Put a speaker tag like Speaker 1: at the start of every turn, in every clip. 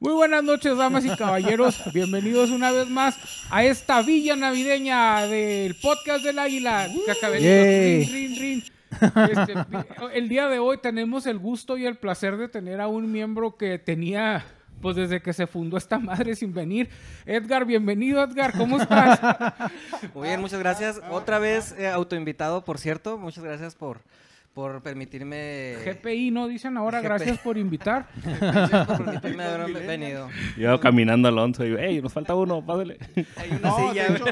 Speaker 1: Muy buenas noches, damas y caballeros. Bienvenidos una vez más a esta villa navideña del podcast del Águila. Cacabelos,
Speaker 2: Yay.
Speaker 1: rin, rin, rin. Este, el día de hoy tenemos el gusto y el placer de tener a un miembro que tenía, pues desde que se fundó esta madre sin venir. Edgar, bienvenido, Edgar. ¿Cómo estás?
Speaker 3: Muy bien, muchas gracias. Otra vez eh, autoinvitado, por cierto. Muchas gracias por, por permitirme.
Speaker 1: GPI, ¿no? Dicen ahora,
Speaker 3: GP.
Speaker 1: gracias por invitar.
Speaker 3: Gracias por permitirme haber venido.
Speaker 4: Yo caminando Alonso y, hey, nos falta uno, pásale.
Speaker 3: Hay una
Speaker 5: No,
Speaker 3: silla.
Speaker 5: de, hecho,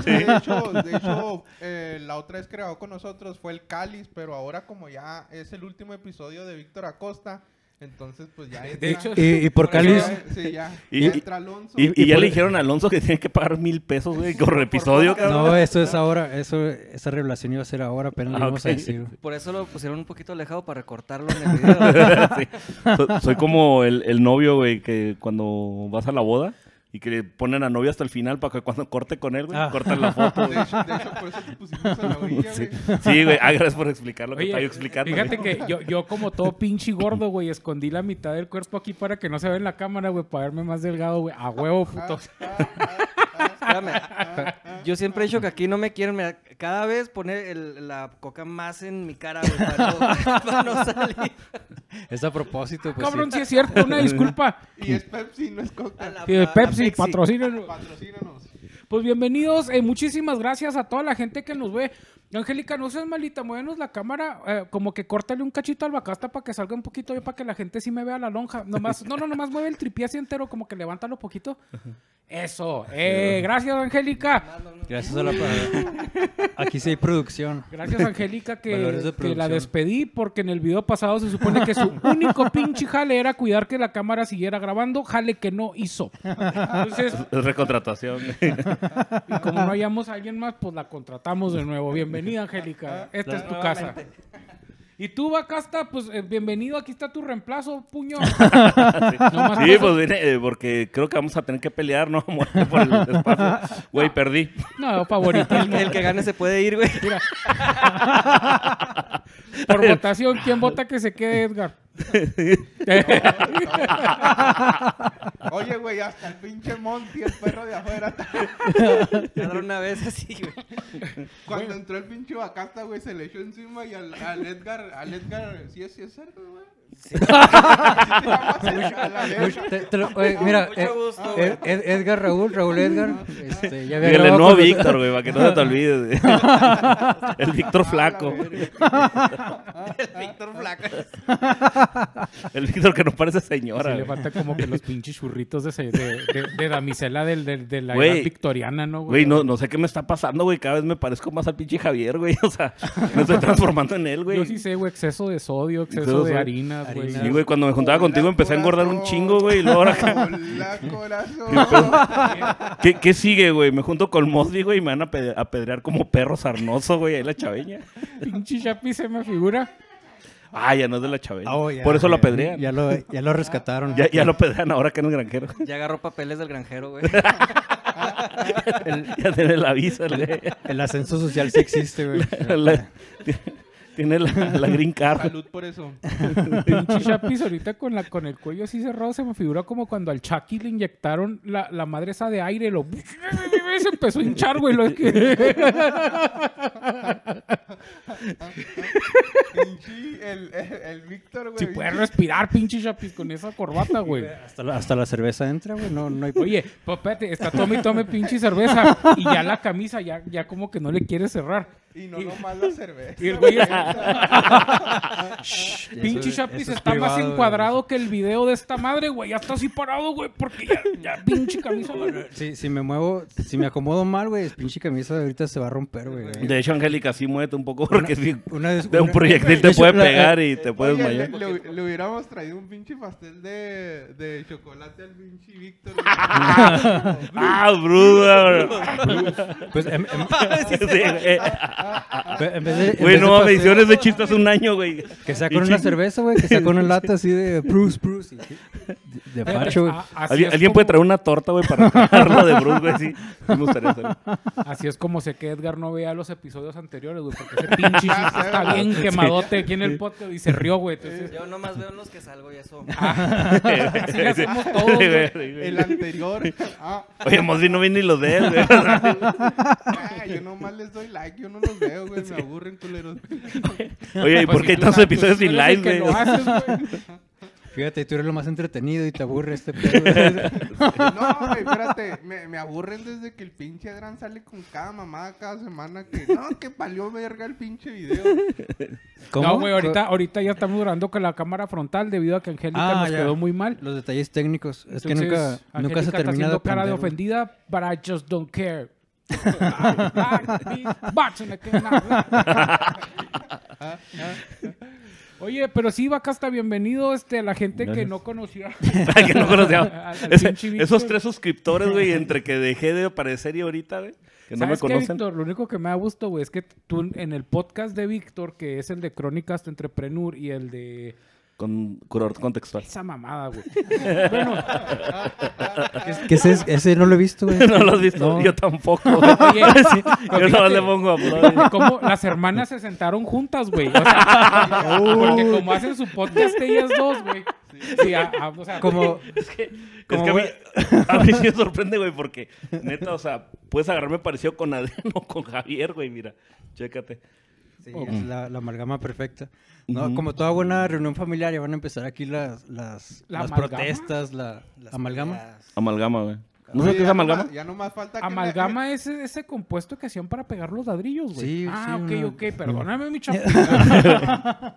Speaker 5: de hecho, de hecho, eh, la otra vez que grabó con nosotros fue el Cáliz, pero ahora como ya es el último episodio de Víctor Acosta, entonces pues ya entra.
Speaker 1: hecho,
Speaker 2: Y, y por
Speaker 3: Por eso-
Speaker 5: ya-
Speaker 2: Cáliz,
Speaker 5: sí, ya,
Speaker 4: Y-
Speaker 5: ya
Speaker 4: y-
Speaker 5: entra Alonso.
Speaker 4: Y, y
Speaker 2: Y
Speaker 4: ya
Speaker 2: por-
Speaker 4: le dijeron a Alonso que tiene que pagar mil pesos, güey, por episodio.
Speaker 3: podcast.
Speaker 4: cabrón.
Speaker 2: no, eso es ahora, eso, esa revelación iba a ser ahora, apenas lo
Speaker 4: Ah,
Speaker 2: íbamos
Speaker 4: ok.
Speaker 2: a decir.
Speaker 3: Por eso lo pusieron un poquito alejado para recortarlo en el video.
Speaker 4: Sí. So- soy como el, el novio, güey, que cuando vas a la boda y que le ponen a novia hasta el final para que cuando corte con él, güey,
Speaker 2: Ah.
Speaker 4: cortan la foto.
Speaker 5: De hecho, de hecho, por eso te pusimos a la orilla,
Speaker 4: Sí,
Speaker 5: güey.
Speaker 4: Sí, güey, ah, gracias por explicar lo que
Speaker 1: Oye,
Speaker 4: estaba yo explicando.
Speaker 1: Fíjate
Speaker 4: güey.
Speaker 1: que yo, yo como todo pinche gordo, güey, escondí la mitad del cuerpo aquí para que no se vea en la cámara, güey, para verme más delgado, güey. A huevo, puto.
Speaker 3: Espérame. Yo siempre he dicho que aquí no me quieren. me- Cada vez poner el- la coca más en mi cara, güey, para no, para no salir.
Speaker 2: Es a propósito, pues
Speaker 1: Cabrón, si es cierto, una disculpa.
Speaker 5: Y es Pepsi, no es
Speaker 3: A
Speaker 5: Coca.
Speaker 3: la-
Speaker 1: Sí,
Speaker 3: a- a
Speaker 1: Pepsi,
Speaker 3: Pepsi.
Speaker 1: patrocínanos.
Speaker 5: Patrocínanos.
Speaker 1: Pues bienvenidos, eh, muchísimas gracias a toda la gente que nos ve. Angélica, no seas malita, muévenos la cámara, eh, como que córtale un cachito al bacasta para que salga un poquito yo, para que la gente sí me vea la lonja. Nomás, no, no, nomás mueve el tripié así entero, como que levántalo poquito. Eso, eh, gracias Angélica.
Speaker 2: Gracias a la Aquí sí hay producción.
Speaker 1: Gracias Angélica que,
Speaker 2: Valores de
Speaker 1: que la
Speaker 2: producción.
Speaker 1: despedí porque en el video pasado se supone que su único pinche jale era cuidar que la cámara siguiera grabando, jale que no hizo. Entonces,
Speaker 4: Es recontratación. güey.
Speaker 1: Y como no hayamos a alguien más, pues la contratamos de nuevo. Bienvenida, Angélica. Esta es tu casa. Y tú, Bacasta, pues eh, bienvenido. Aquí está tu reemplazo, puño. Nomás
Speaker 4: Sí,
Speaker 1: pasa-
Speaker 4: pues viene, eh, porque creo que vamos a tener que pelear, ¿no? Muerte por el espacio. Güey, perdí.
Speaker 1: No, favoritismo.
Speaker 3: El que gane se puede ir, güey.
Speaker 1: Por votación, ¿quién vota que se quede, Edgar?
Speaker 5: Oye, güey, hasta el pinche Monty, el perro de afuera.
Speaker 3: Ya dar una vez así, güey.
Speaker 5: Cuando entró el pinche Bacasta, güey, se le echó encima y al, al Edgar, al Edgar, sí, es- sí es cerdo, güey. Sí, te llamas el- a la verga.
Speaker 2: Mucho- te- te lo- oye, mira,
Speaker 3: Mucho
Speaker 2: Ed-
Speaker 3: gusto,
Speaker 2: Ed- Ed- Edgar Raúl, Raúl Edgar, este, ya había
Speaker 4: Dígale
Speaker 2: grabado
Speaker 4: no a
Speaker 2: con-
Speaker 4: Víctor, güey, para que no se te olvide. güey. El Víctor flaco.
Speaker 3: El Víctor Flaco.
Speaker 4: El Víctor que nos parece
Speaker 1: Sí,
Speaker 4: señora.
Speaker 1: le
Speaker 4: güey.
Speaker 1: falta como que los pinches churritos de, se- de, de- de damisela del, del- de la
Speaker 4: Güey.
Speaker 1: edad victoriana, ¿no,
Speaker 4: Güey, no, no sé qué me está pasando, güey. Cada vez me parezco más al pinche Javier, güey. O sea, me estoy transformando en él,
Speaker 1: Yo
Speaker 4: güey.
Speaker 1: sí sé, güey, exceso de sodio, exceso
Speaker 4: Exceso
Speaker 1: de
Speaker 4: de-
Speaker 1: harinas, güey.
Speaker 4: Sí, güey, cuando me juntaba contigo empecé a engordar un chingo, güey. Y luego ahora, acá-
Speaker 5: Hola, corazón.
Speaker 4: ¿qué, qué sigue, güey? Me junto con Mosby, güey, y me van a pe- apedrear como perro sarnoso, güey. Ahí la chaveña.
Speaker 1: Pinche chapi se me figura.
Speaker 4: Ah, ya no es de la chaveña.
Speaker 2: Ah, oh, ya,
Speaker 4: Por eso lo
Speaker 2: ya,
Speaker 4: apedrean.
Speaker 2: Ya lo, ya lo rescataron.
Speaker 4: Ya, ya lo apedrean ahora que en el granjero.
Speaker 3: Ya agarró papeles del granjero, güey.
Speaker 4: ya tiene la visa, güey.
Speaker 2: El ascenso social sí existe, güey.
Speaker 4: La- tiene la, la green card.
Speaker 5: Salud por eso.
Speaker 1: Pinche Chapis ahorita con, la, con el cuello así cerrado se me figura como cuando al Chucky le inyectaron la, la madre esa de aire, lo... se empezó a hinchar, güey. lo-
Speaker 5: Pinche, el, el, el Víctor, güey.
Speaker 1: Si puedes respirar, pinche Chapis, con esa corbata, güey.
Speaker 2: Hasta la, hasta la cerveza entra, güey. No, no hay
Speaker 1: Oye, papete, está tome y tome pinche cerveza y ya la camisa ya, ya como que no le quiere cerrar.
Speaker 5: Y no nomás la cerveza.
Speaker 1: Y el güey-
Speaker 2: Shh, eso-
Speaker 1: Pinche
Speaker 2: eso
Speaker 1: Chapis
Speaker 2: es
Speaker 1: está más
Speaker 2: privado, güey.
Speaker 1: encuadrado que el video de esta madre, güey. Ya está así parado, güey, porque ya, ya pinche camisa. güey.
Speaker 2: Si, si me muevo, si me acomodo mal, güey, pinche camisa de ahorita se va a romper, güey.
Speaker 4: De hecho, Angélica, sí muévete un poco porque si
Speaker 2: Una vez-
Speaker 4: de un
Speaker 2: una-
Speaker 4: proyectil
Speaker 2: de
Speaker 4: te
Speaker 2: hecho,
Speaker 4: puede
Speaker 2: la- eh,
Speaker 4: pegar
Speaker 1: eh,
Speaker 4: y te puedes
Speaker 5: Oye, le,
Speaker 4: mayor.
Speaker 5: le- le hubiéramos traído un pinche pastel de, de chocolate al pinche Víctor.
Speaker 1: eh,
Speaker 5: güey.
Speaker 4: ¡Ah, bruda!
Speaker 2: Pues en, en-
Speaker 4: Sí, eh,
Speaker 2: en vez
Speaker 1: eh,
Speaker 2: de. en
Speaker 4: Güey,
Speaker 2: vez
Speaker 4: no mames,
Speaker 2: de pastel,
Speaker 4: ediciones de chistes un año, güey.
Speaker 2: Que sea con una cerveza, güey, que sea con una lata así de Bruce, Bruce. y- De Pacho, güey.
Speaker 1: A- así
Speaker 4: ¿Alguien,
Speaker 1: es
Speaker 4: alguien puede
Speaker 1: como-
Speaker 4: traer una torta, güey, para recordarlo de Bruce, güey? Sí, sí me gustaría hacerlo.
Speaker 1: Así es como sé que Edgar no veía los episodios anteriores, güey, porque ese pinche chiste
Speaker 5: Ya sé,
Speaker 1: está
Speaker 5: ¿verdad?
Speaker 1: bien quemadote aquí en el podcast y se rió, güey. Entonces,
Speaker 3: Yo nomás veo en los que salgo y eso.
Speaker 1: así le hacemos todos, güey.
Speaker 5: El anterior. Ah,
Speaker 4: Oye, Mosby no vi ni los de él, güey.
Speaker 5: ah, yo nomás les doy like, yo no los veo, güey. Me aburren, culeros.
Speaker 4: Oye, ¿y
Speaker 1: Pues
Speaker 4: por qué
Speaker 1: sí,
Speaker 4: hay tantos
Speaker 1: claro, tú
Speaker 4: episodios sin
Speaker 1: eres el que
Speaker 4: live,
Speaker 1: lo
Speaker 4: güey?
Speaker 1: haces, güey.
Speaker 2: Fíjate, tú eres lo más entretenido y te aburre este pedo, güey.
Speaker 5: No, güey, espérate, me, me aburren desde que el pinche Adran sale con cada mamada cada semana que no, que palió verga el pinche video.
Speaker 1: No, güey, ahorita, ahorita ya estamos durando con la cámara frontal debido a que Angélica
Speaker 2: Ah,
Speaker 1: nos
Speaker 2: ya.
Speaker 1: quedó muy mal.
Speaker 2: Los detalles técnicos. Es que
Speaker 1: Entonces,
Speaker 2: nunca, nunca se
Speaker 1: Angélica está
Speaker 2: termina de
Speaker 1: haciendo cara de
Speaker 2: aprender, güey.
Speaker 1: ofendida, but I just don't care. I- I be back in the game now. Oye, pero sí, Vaca está bienvenido este, la gente que
Speaker 4: Gracias.
Speaker 1: no conocía.
Speaker 4: Ay, que no conocía.
Speaker 1: Al- al
Speaker 4: Ese-
Speaker 1: pinche Víctor.
Speaker 4: esos tres suscriptores, güey, entre que dejé de aparecer y ahorita, güey, que no me
Speaker 1: ¿Sabes qué,
Speaker 4: conocen.
Speaker 1: Víctor? Lo único que me da gusto, güey, es que tú en el podcast de Víctor, que es el de Crónicas de Entreprenur y el de
Speaker 4: Con curor contextual.
Speaker 1: esa mamada, güey.
Speaker 2: ¿Qué es ese? Ese no lo he visto, güey.
Speaker 4: No lo has visto,
Speaker 2: No.
Speaker 4: yo tampoco. güey.
Speaker 1: Oye,
Speaker 4: Sí, yo no le pongo aplausos.
Speaker 1: de cómo las hermanas se sentaron juntas, güey. O sea, porque como hacen su podcast ellas dos, güey. Sí, a- a- o sea,
Speaker 2: Como,
Speaker 4: Es
Speaker 2: Como
Speaker 4: que a mí, a mí sí me sorprende, güey, porque neta, o sea, puedes agarrarme parecido con Adrián o con Javier, güey, mira, chécate.
Speaker 2: Sí, es la, la amalgama perfecta. No,
Speaker 4: Ujú.
Speaker 2: Como toda buena reunión familiar, ya van a empezar aquí las, las,
Speaker 1: ¿La
Speaker 2: las
Speaker 1: amalgama?
Speaker 2: protestas, la, la amalgama.
Speaker 4: Amalgama, güey. ¿No sabes
Speaker 5: Oye,
Speaker 4: qué es
Speaker 5: ya
Speaker 4: amalgama?
Speaker 5: nomás- ya nomás falta que me-
Speaker 1: amalgama es e- ese compuesto que hacían para pegar los ladrillos, güey.
Speaker 2: Sí,
Speaker 1: ah,
Speaker 2: sí,
Speaker 1: ok,
Speaker 2: una-
Speaker 1: ok, perdóname, mi chapo.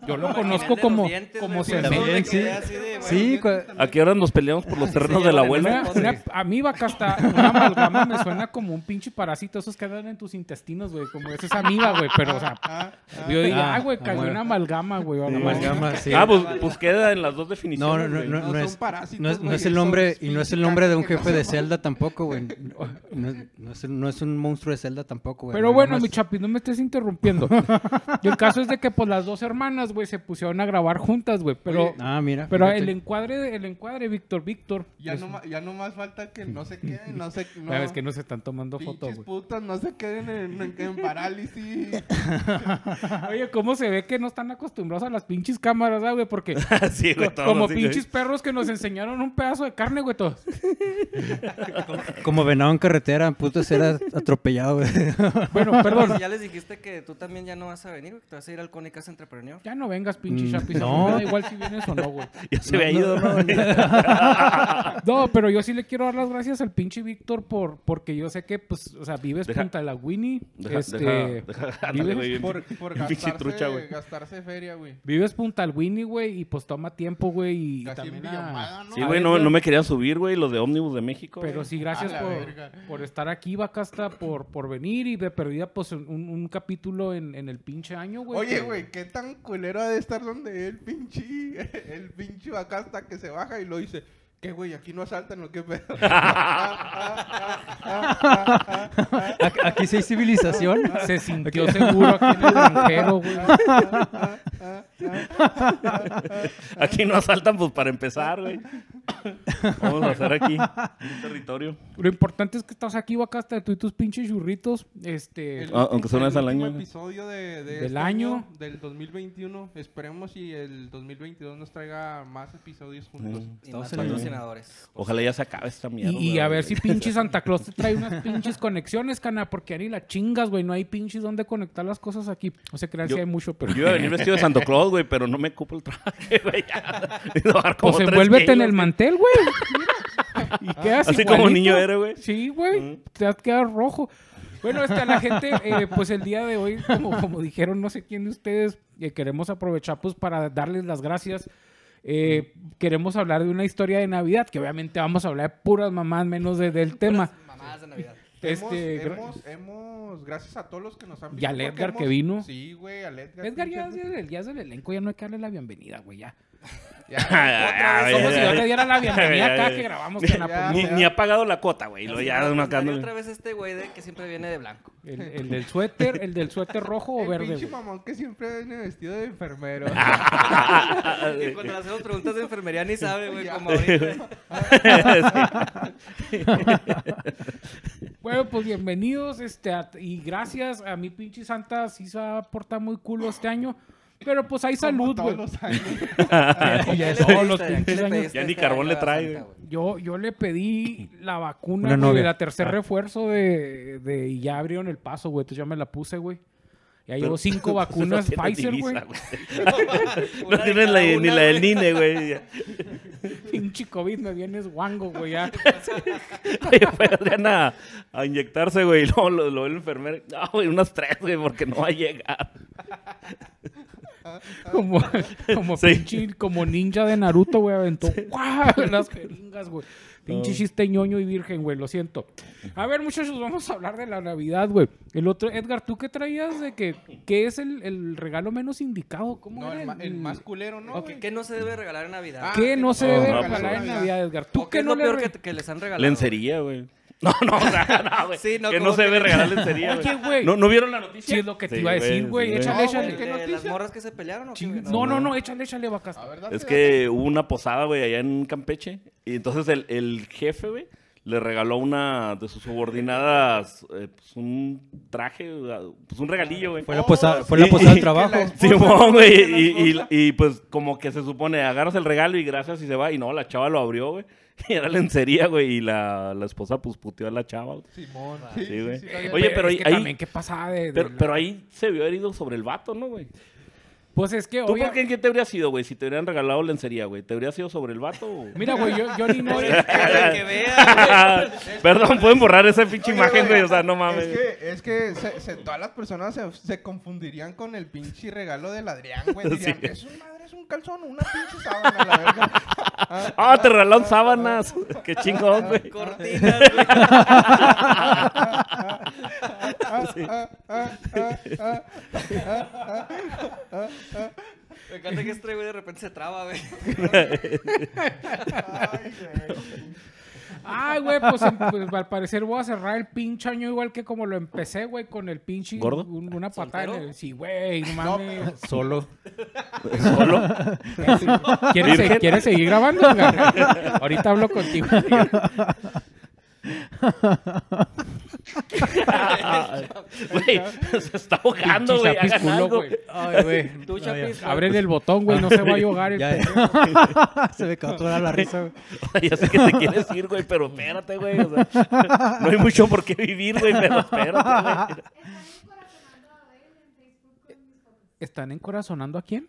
Speaker 1: Yo lo conozco
Speaker 3: Imaginé
Speaker 1: como,
Speaker 3: los dientes,
Speaker 1: como
Speaker 3: güey,
Speaker 1: se
Speaker 3: con que
Speaker 2: También, sí.
Speaker 3: queda así de, güey.
Speaker 2: Sí, cua-
Speaker 4: ¿A qué horas nos peleamos por los terrenos
Speaker 3: sí,
Speaker 4: de la
Speaker 3: ya vale,
Speaker 4: abuela?
Speaker 1: Una- una- a mí, vaca, hasta una amalgama me suena como un pinche parásito, esos que andan en tus intestinos, güey, como esa es amiga, güey, pero, o sea,
Speaker 5: Ah,
Speaker 1: yo digo,
Speaker 2: Ah,
Speaker 1: ah, güey,
Speaker 2: ah,
Speaker 1: cayó
Speaker 2: bueno.
Speaker 1: una amalgama, güey. o
Speaker 2: La
Speaker 1: algo así.
Speaker 2: amalgama, sí.
Speaker 4: Ah, pues, pues queda en las dos
Speaker 2: no,
Speaker 4: definiciones.
Speaker 2: no, no,
Speaker 4: güey.
Speaker 2: no,
Speaker 5: No,
Speaker 2: no
Speaker 5: son
Speaker 2: es,
Speaker 5: parásitos,
Speaker 2: no es, no
Speaker 5: güey,
Speaker 2: es el
Speaker 5: esos
Speaker 2: nombre y no es
Speaker 5: pinches
Speaker 2: el nombre de un
Speaker 5: caca que
Speaker 2: jefe de
Speaker 5: no se-
Speaker 2: Zelda tampoco, güey. No, no- no es, no es un monstruo de Zelda tampoco, güey.
Speaker 1: Pero
Speaker 2: Nada
Speaker 1: bueno,
Speaker 2: más-
Speaker 1: mi chapi, no me estés interrumpiendo. y el caso es de que pues las dos hermanas, güey, se pusieron a grabar juntas, güey. Pero,
Speaker 5: Oye,
Speaker 2: Ah, mira.
Speaker 1: pero
Speaker 2: fíjate.
Speaker 1: el encuadre, el encuadre, Víctor, Víctor.
Speaker 5: Ya
Speaker 1: es-
Speaker 5: nomás, ya nomás falta que no se queden, no se no,
Speaker 1: Sabes que no se están tomando
Speaker 5: pinches
Speaker 1: fotos, güey.
Speaker 5: putas no se queden en, en- en parálisis.
Speaker 1: Oye, ¿cómo se ve que no están acostumbrados a las pinches cámaras, ah, güey? Porque
Speaker 4: sí, güey,
Speaker 1: co-
Speaker 4: todos
Speaker 1: como
Speaker 4: así, güey.
Speaker 1: pinches perros que nos enseñaron un pedazo de carne, güey, todos.
Speaker 2: Como venado en carretera, puto ser a- atropellado, güey.
Speaker 1: Bueno,
Speaker 3: Pues
Speaker 1: perdón.
Speaker 3: Ya les dijiste que tú también ya no vas a venir, güey, que te vas a ir al Cónicas Entrepreneur.
Speaker 1: Ya no vengas, pinche
Speaker 2: Mm,
Speaker 1: chapi.
Speaker 2: no.
Speaker 1: No. igual si vienes o no, güey.
Speaker 4: Ya se había ido, ¿no?
Speaker 1: No, pero yo sí le quiero dar las gracias al pinche Víctor por, porque yo sé que, pues, o sea, vives
Speaker 4: Deja-
Speaker 1: Punta de la Winnie.
Speaker 4: Deja,
Speaker 1: este,
Speaker 4: deja, deja,
Speaker 1: ¿vives?
Speaker 4: ándale, güey, bien-
Speaker 5: por por
Speaker 4: bien pinche
Speaker 5: gastarse,
Speaker 4: trucha, güey.
Speaker 5: gastarse feria, güey.
Speaker 1: Vives Punta al Winnie, güey, y pues toma tiempo, güey, y
Speaker 5: Casi en
Speaker 1: también
Speaker 5: Villomada,
Speaker 1: a...
Speaker 5: ¿no?
Speaker 4: Sí, güey, no, no me quería subir, güey, los de Ómnibus de México.
Speaker 1: Pero
Speaker 4: güey.
Speaker 1: sí, gracias
Speaker 5: A la verga.
Speaker 1: por, por estar aquí, Bacasta, por, por venir y de perdida, pues, un, un capítulo en, en el pinche año, güey.
Speaker 5: Oye,
Speaker 1: que-
Speaker 5: güey, qué tan culero ha de estar donde el pinche, el pinche acá hasta que se baja y lo dice. ¿Qué, güey? Aquí no asaltan, ¿o qué pedo?
Speaker 2: A- Aquí sí hay civilización.
Speaker 1: Se sintió seguro aquí en el extranjero, güey.
Speaker 4: Aquí no asaltan, pues para empezar, güey. Vamos a hacer aquí un territorio.
Speaker 1: Lo importante es que estás aquí, Bacasta, tú y tus pinches churritos, este...
Speaker 5: El
Speaker 4: Ah, aunque sea una vez
Speaker 5: el
Speaker 4: al año,
Speaker 5: último
Speaker 4: güey.
Speaker 5: episodio de- de
Speaker 1: Del
Speaker 5: este
Speaker 1: año.
Speaker 5: Del 2021. Esperemos si el 2022 nos traiga más episodios juntos.
Speaker 3: Y más
Speaker 2: en la-
Speaker 3: patrocinadores.
Speaker 4: Ojalá ya se acabe esta Oh, mierda.
Speaker 1: Y, y a ver si
Speaker 4: güey.
Speaker 1: pinche Santa Claus te trae unas pinches conexiones, cana, porque ya ni la chingas, güey. No hay pinches donde conectar las cosas aquí. No sé crean si
Speaker 4: Yo-
Speaker 1: hay mucho, pero.
Speaker 4: Yo iba a venir vestido de Santo Claus, güey, pero no me cupo el traje, güey. ya. Necesito bajar como
Speaker 1: Pues
Speaker 4: tres
Speaker 1: envuélvete en
Speaker 4: kilos,
Speaker 1: el
Speaker 4: güey.
Speaker 1: mantel, güey. y quedas
Speaker 4: Así
Speaker 1: igualito.
Speaker 4: como niño era, güey.
Speaker 1: Sí, güey. Te vas a quedar rojo. Bueno, está la gente, eh, pues el día de hoy, como, como dijeron no sé quién de ustedes, eh, queremos aprovechar pues para darles las gracias. Eh, queremos hablar de una historia de Navidad, que obviamente vamos a hablar de puras mamás menos de- del tema.
Speaker 3: Mamadas de Navidad.
Speaker 5: Hemos-
Speaker 1: Este, gra-
Speaker 5: hemos, hemos- gracias a todos los que nos han
Speaker 1: Y
Speaker 5: visto.
Speaker 1: al
Speaker 5: porque
Speaker 1: Edgar que
Speaker 5: hemos-
Speaker 1: vino.
Speaker 5: Sí, güey, al Edgar.
Speaker 1: Edgar ya,
Speaker 5: pinche
Speaker 1: es del- ya es del elenco, ya no hay que darle la bienvenida, güey, ya.
Speaker 4: A
Speaker 5: Ya, otra vez
Speaker 1: Como
Speaker 5: somos
Speaker 1: si yo
Speaker 4: ver,
Speaker 1: te
Speaker 5: iguales.
Speaker 1: diera la bienvenida
Speaker 4: Ay, ay,
Speaker 1: acá
Speaker 4: ay.
Speaker 1: que grabamos con Apple.
Speaker 4: Ni,
Speaker 5: ya.
Speaker 4: ni ha pagado la cuota, güey. Lo ya
Speaker 3: Salió
Speaker 4: marcando.
Speaker 3: otra vez este güey de que siempre viene de blanco.
Speaker 1: El, el del suéter, el del suéter rojo o
Speaker 5: El
Speaker 1: verde,
Speaker 5: pinche
Speaker 1: güey. Ah,
Speaker 5: mamón que siempre viene vestido de enfermero.
Speaker 3: Y cuando le hacemos preguntas de enfermería ni sabe, güey,
Speaker 5: Ya.
Speaker 3: como ahorita.
Speaker 1: Bueno, pues bienvenidos este, a- y gracias a mi pinche santa. Sí se va a portar muy culo este año. Pero pues hay
Speaker 5: Como
Speaker 1: salud,
Speaker 5: todos
Speaker 1: güey.
Speaker 5: los años.
Speaker 1: Y ya
Speaker 3: ¿Qué le
Speaker 1: todos
Speaker 3: pediste,
Speaker 1: los
Speaker 3: Adrián? ¿Qué
Speaker 1: pinches
Speaker 3: le
Speaker 1: años.
Speaker 3: pediste
Speaker 4: Ya ni
Speaker 3: este año
Speaker 4: carbón le
Speaker 3: a la
Speaker 4: trae,
Speaker 3: Santa,
Speaker 4: güey.
Speaker 3: güey?
Speaker 1: Yo, yo le pedí la vacuna,
Speaker 2: Una
Speaker 1: güey, de
Speaker 2: novia.
Speaker 1: la tercer refuerzo de, de- y ya abrieron el paso, güey. Entonces ya me la puse, güey. Ya llevo cinco vacunas
Speaker 4: No tienes
Speaker 1: Pfizer, güey.
Speaker 4: divisa,
Speaker 3: Una
Speaker 4: No
Speaker 3: de cada
Speaker 4: tienes la- ni
Speaker 3: una,
Speaker 4: la del
Speaker 3: güey.
Speaker 4: INE, güey. Ya.
Speaker 1: Pinche COVID, me vienes guango, güey. Ya.
Speaker 4: Oye, fue Adrián a, a inyectarse, güey. y luego lo, lo ve el enfermero. No, güey, unas tres, güey, porque no va a llegar.
Speaker 1: Como, como
Speaker 4: Sí.
Speaker 1: pinche, como ninja de Naruto, güey, aventó ¡guau! las jeringas, güey. Pinche chiste ñoño y virgen, güey, lo siento. A ver, muchachos, vamos a hablar de la Navidad, güey. El otro, Edgar, ¿tú qué traías de que qué es el, el regalo menos indicado? ¿Cómo
Speaker 5: No,
Speaker 1: era
Speaker 5: el, ma- el más culero, ¿no?
Speaker 3: Ok,
Speaker 5: güey?
Speaker 3: ¿Qué no se debe regalar en Navidad?
Speaker 5: Ah,
Speaker 1: ¿Qué no se debe
Speaker 4: no,
Speaker 1: regalar en
Speaker 5: pues,
Speaker 1: Navidad, Edgar?
Speaker 3: ¿O
Speaker 1: ¿Tú
Speaker 3: qué
Speaker 1: qué
Speaker 3: es
Speaker 1: no
Speaker 3: lo
Speaker 1: le
Speaker 3: peor
Speaker 1: re-
Speaker 3: que, que les han regalado?
Speaker 4: Lencería, güey. No, no, o sea, no, güey.
Speaker 3: Sí, no,
Speaker 4: que no
Speaker 3: como
Speaker 4: se
Speaker 3: que-
Speaker 4: debe regalar lencería,
Speaker 1: Oye, güey.
Speaker 4: ¿No, ¿No vieron la noticia?
Speaker 1: Sí, es lo que te iba a decir, güey,
Speaker 4: sí,
Speaker 1: échale.
Speaker 5: No, güey,
Speaker 3: güey?
Speaker 5: ¿qué
Speaker 3: ¿De las
Speaker 5: noticia?
Speaker 3: morras que se pelearon o qué?
Speaker 1: Ching-
Speaker 3: güey?
Speaker 1: No, no, no, échale, échale, vacas.
Speaker 5: A ver, date,
Speaker 4: Es que hubo una posada, güey, allá en Campeche. Y entonces el, el jefe, güey, le regaló a una de sus subordinadas eh, pues, un traje, pues un regalillo, güey.
Speaker 2: Fue la
Speaker 5: Oh,
Speaker 2: posada, fue
Speaker 4: sí,
Speaker 2: la posada
Speaker 4: y-
Speaker 2: del trabajo.
Speaker 5: que la-
Speaker 4: Simón, güey, y, y-
Speaker 5: esposa.
Speaker 4: y, pues como que se supone, agarras el regalo y gracias y se va. Y no, la chava lo abrió, güey. Y era lencería, güey. Y la, la esposa pues puteó a la chava. güey.
Speaker 5: date. Simón. Sí,
Speaker 4: Sí, güey.
Speaker 5: sí, sí,
Speaker 4: Oye,
Speaker 5: sí.
Speaker 4: pero
Speaker 1: es
Speaker 4: ahí-
Speaker 1: que
Speaker 4: ahí-
Speaker 1: también, ¿qué pasada de...? de
Speaker 4: Pero,
Speaker 1: la-
Speaker 4: pero ahí se vio herido sobre el vato, ¿no, güey?
Speaker 1: Pues es que,
Speaker 4: ¿Tú
Speaker 1: obvia-
Speaker 4: por qué, qué te habría sido, güey? Si te hubieran regalado lencería, güey. ¿Te habría sido sobre el vato? o-
Speaker 1: Mira, güey, yo, yo ni no...
Speaker 3: Por el cara que vea.
Speaker 4: Perdón, pueden borrar esa pinche
Speaker 5: Oye,
Speaker 4: imagen, güey. O sea, no
Speaker 5: Es
Speaker 4: mames.
Speaker 5: que, es que se, se- todas las personas se, se confundirían con el pinche regalo del Adrián, güey. Dirían,
Speaker 4: Sí.
Speaker 5: es un madre, es un calzón, una pinche sábana, la verga. Ah,
Speaker 4: Ah, te regalaron sábanas. Qué chingón, güey.
Speaker 3: Cortinas, güey.
Speaker 5: ah, ah, ah, ah.
Speaker 3: Me encanta que este güey de repente se traba, güey.
Speaker 5: Ay, güey.
Speaker 1: Ay, güey, pues, em- pues, al parecer voy a cerrar el pinche año igual que como lo empecé, güey, con el pinche...
Speaker 4: ¿Gordo?
Speaker 1: un- una patada. en
Speaker 3: ¿Soltero?
Speaker 1: el- Sí, güey, no mames.
Speaker 2: Solo.
Speaker 4: Solo.
Speaker 1: ¿Quieres, se-
Speaker 4: Virgen.
Speaker 1: ¿Quieres seguir grabando? Edgar? Ahorita hablo contigo.
Speaker 4: Güey, se está ahogando,
Speaker 1: Pinche
Speaker 4: güey.
Speaker 1: chapis
Speaker 4: Hagan
Speaker 1: culo,
Speaker 4: algo.
Speaker 1: güey.
Speaker 2: Ay, güey.
Speaker 3: Tú, Chapis.
Speaker 1: Abre el botón, güey, no se va a ahogar el...
Speaker 2: Ya, eh.
Speaker 1: pe-
Speaker 2: ya. Se me captura la risa, güey.
Speaker 4: Ya sé que te quieres ir, güey, pero espérate, güey. o sea, no hay mucho por qué vivir, güey, pero espérate, güey.
Speaker 1: ¿Están encorazonando a quién?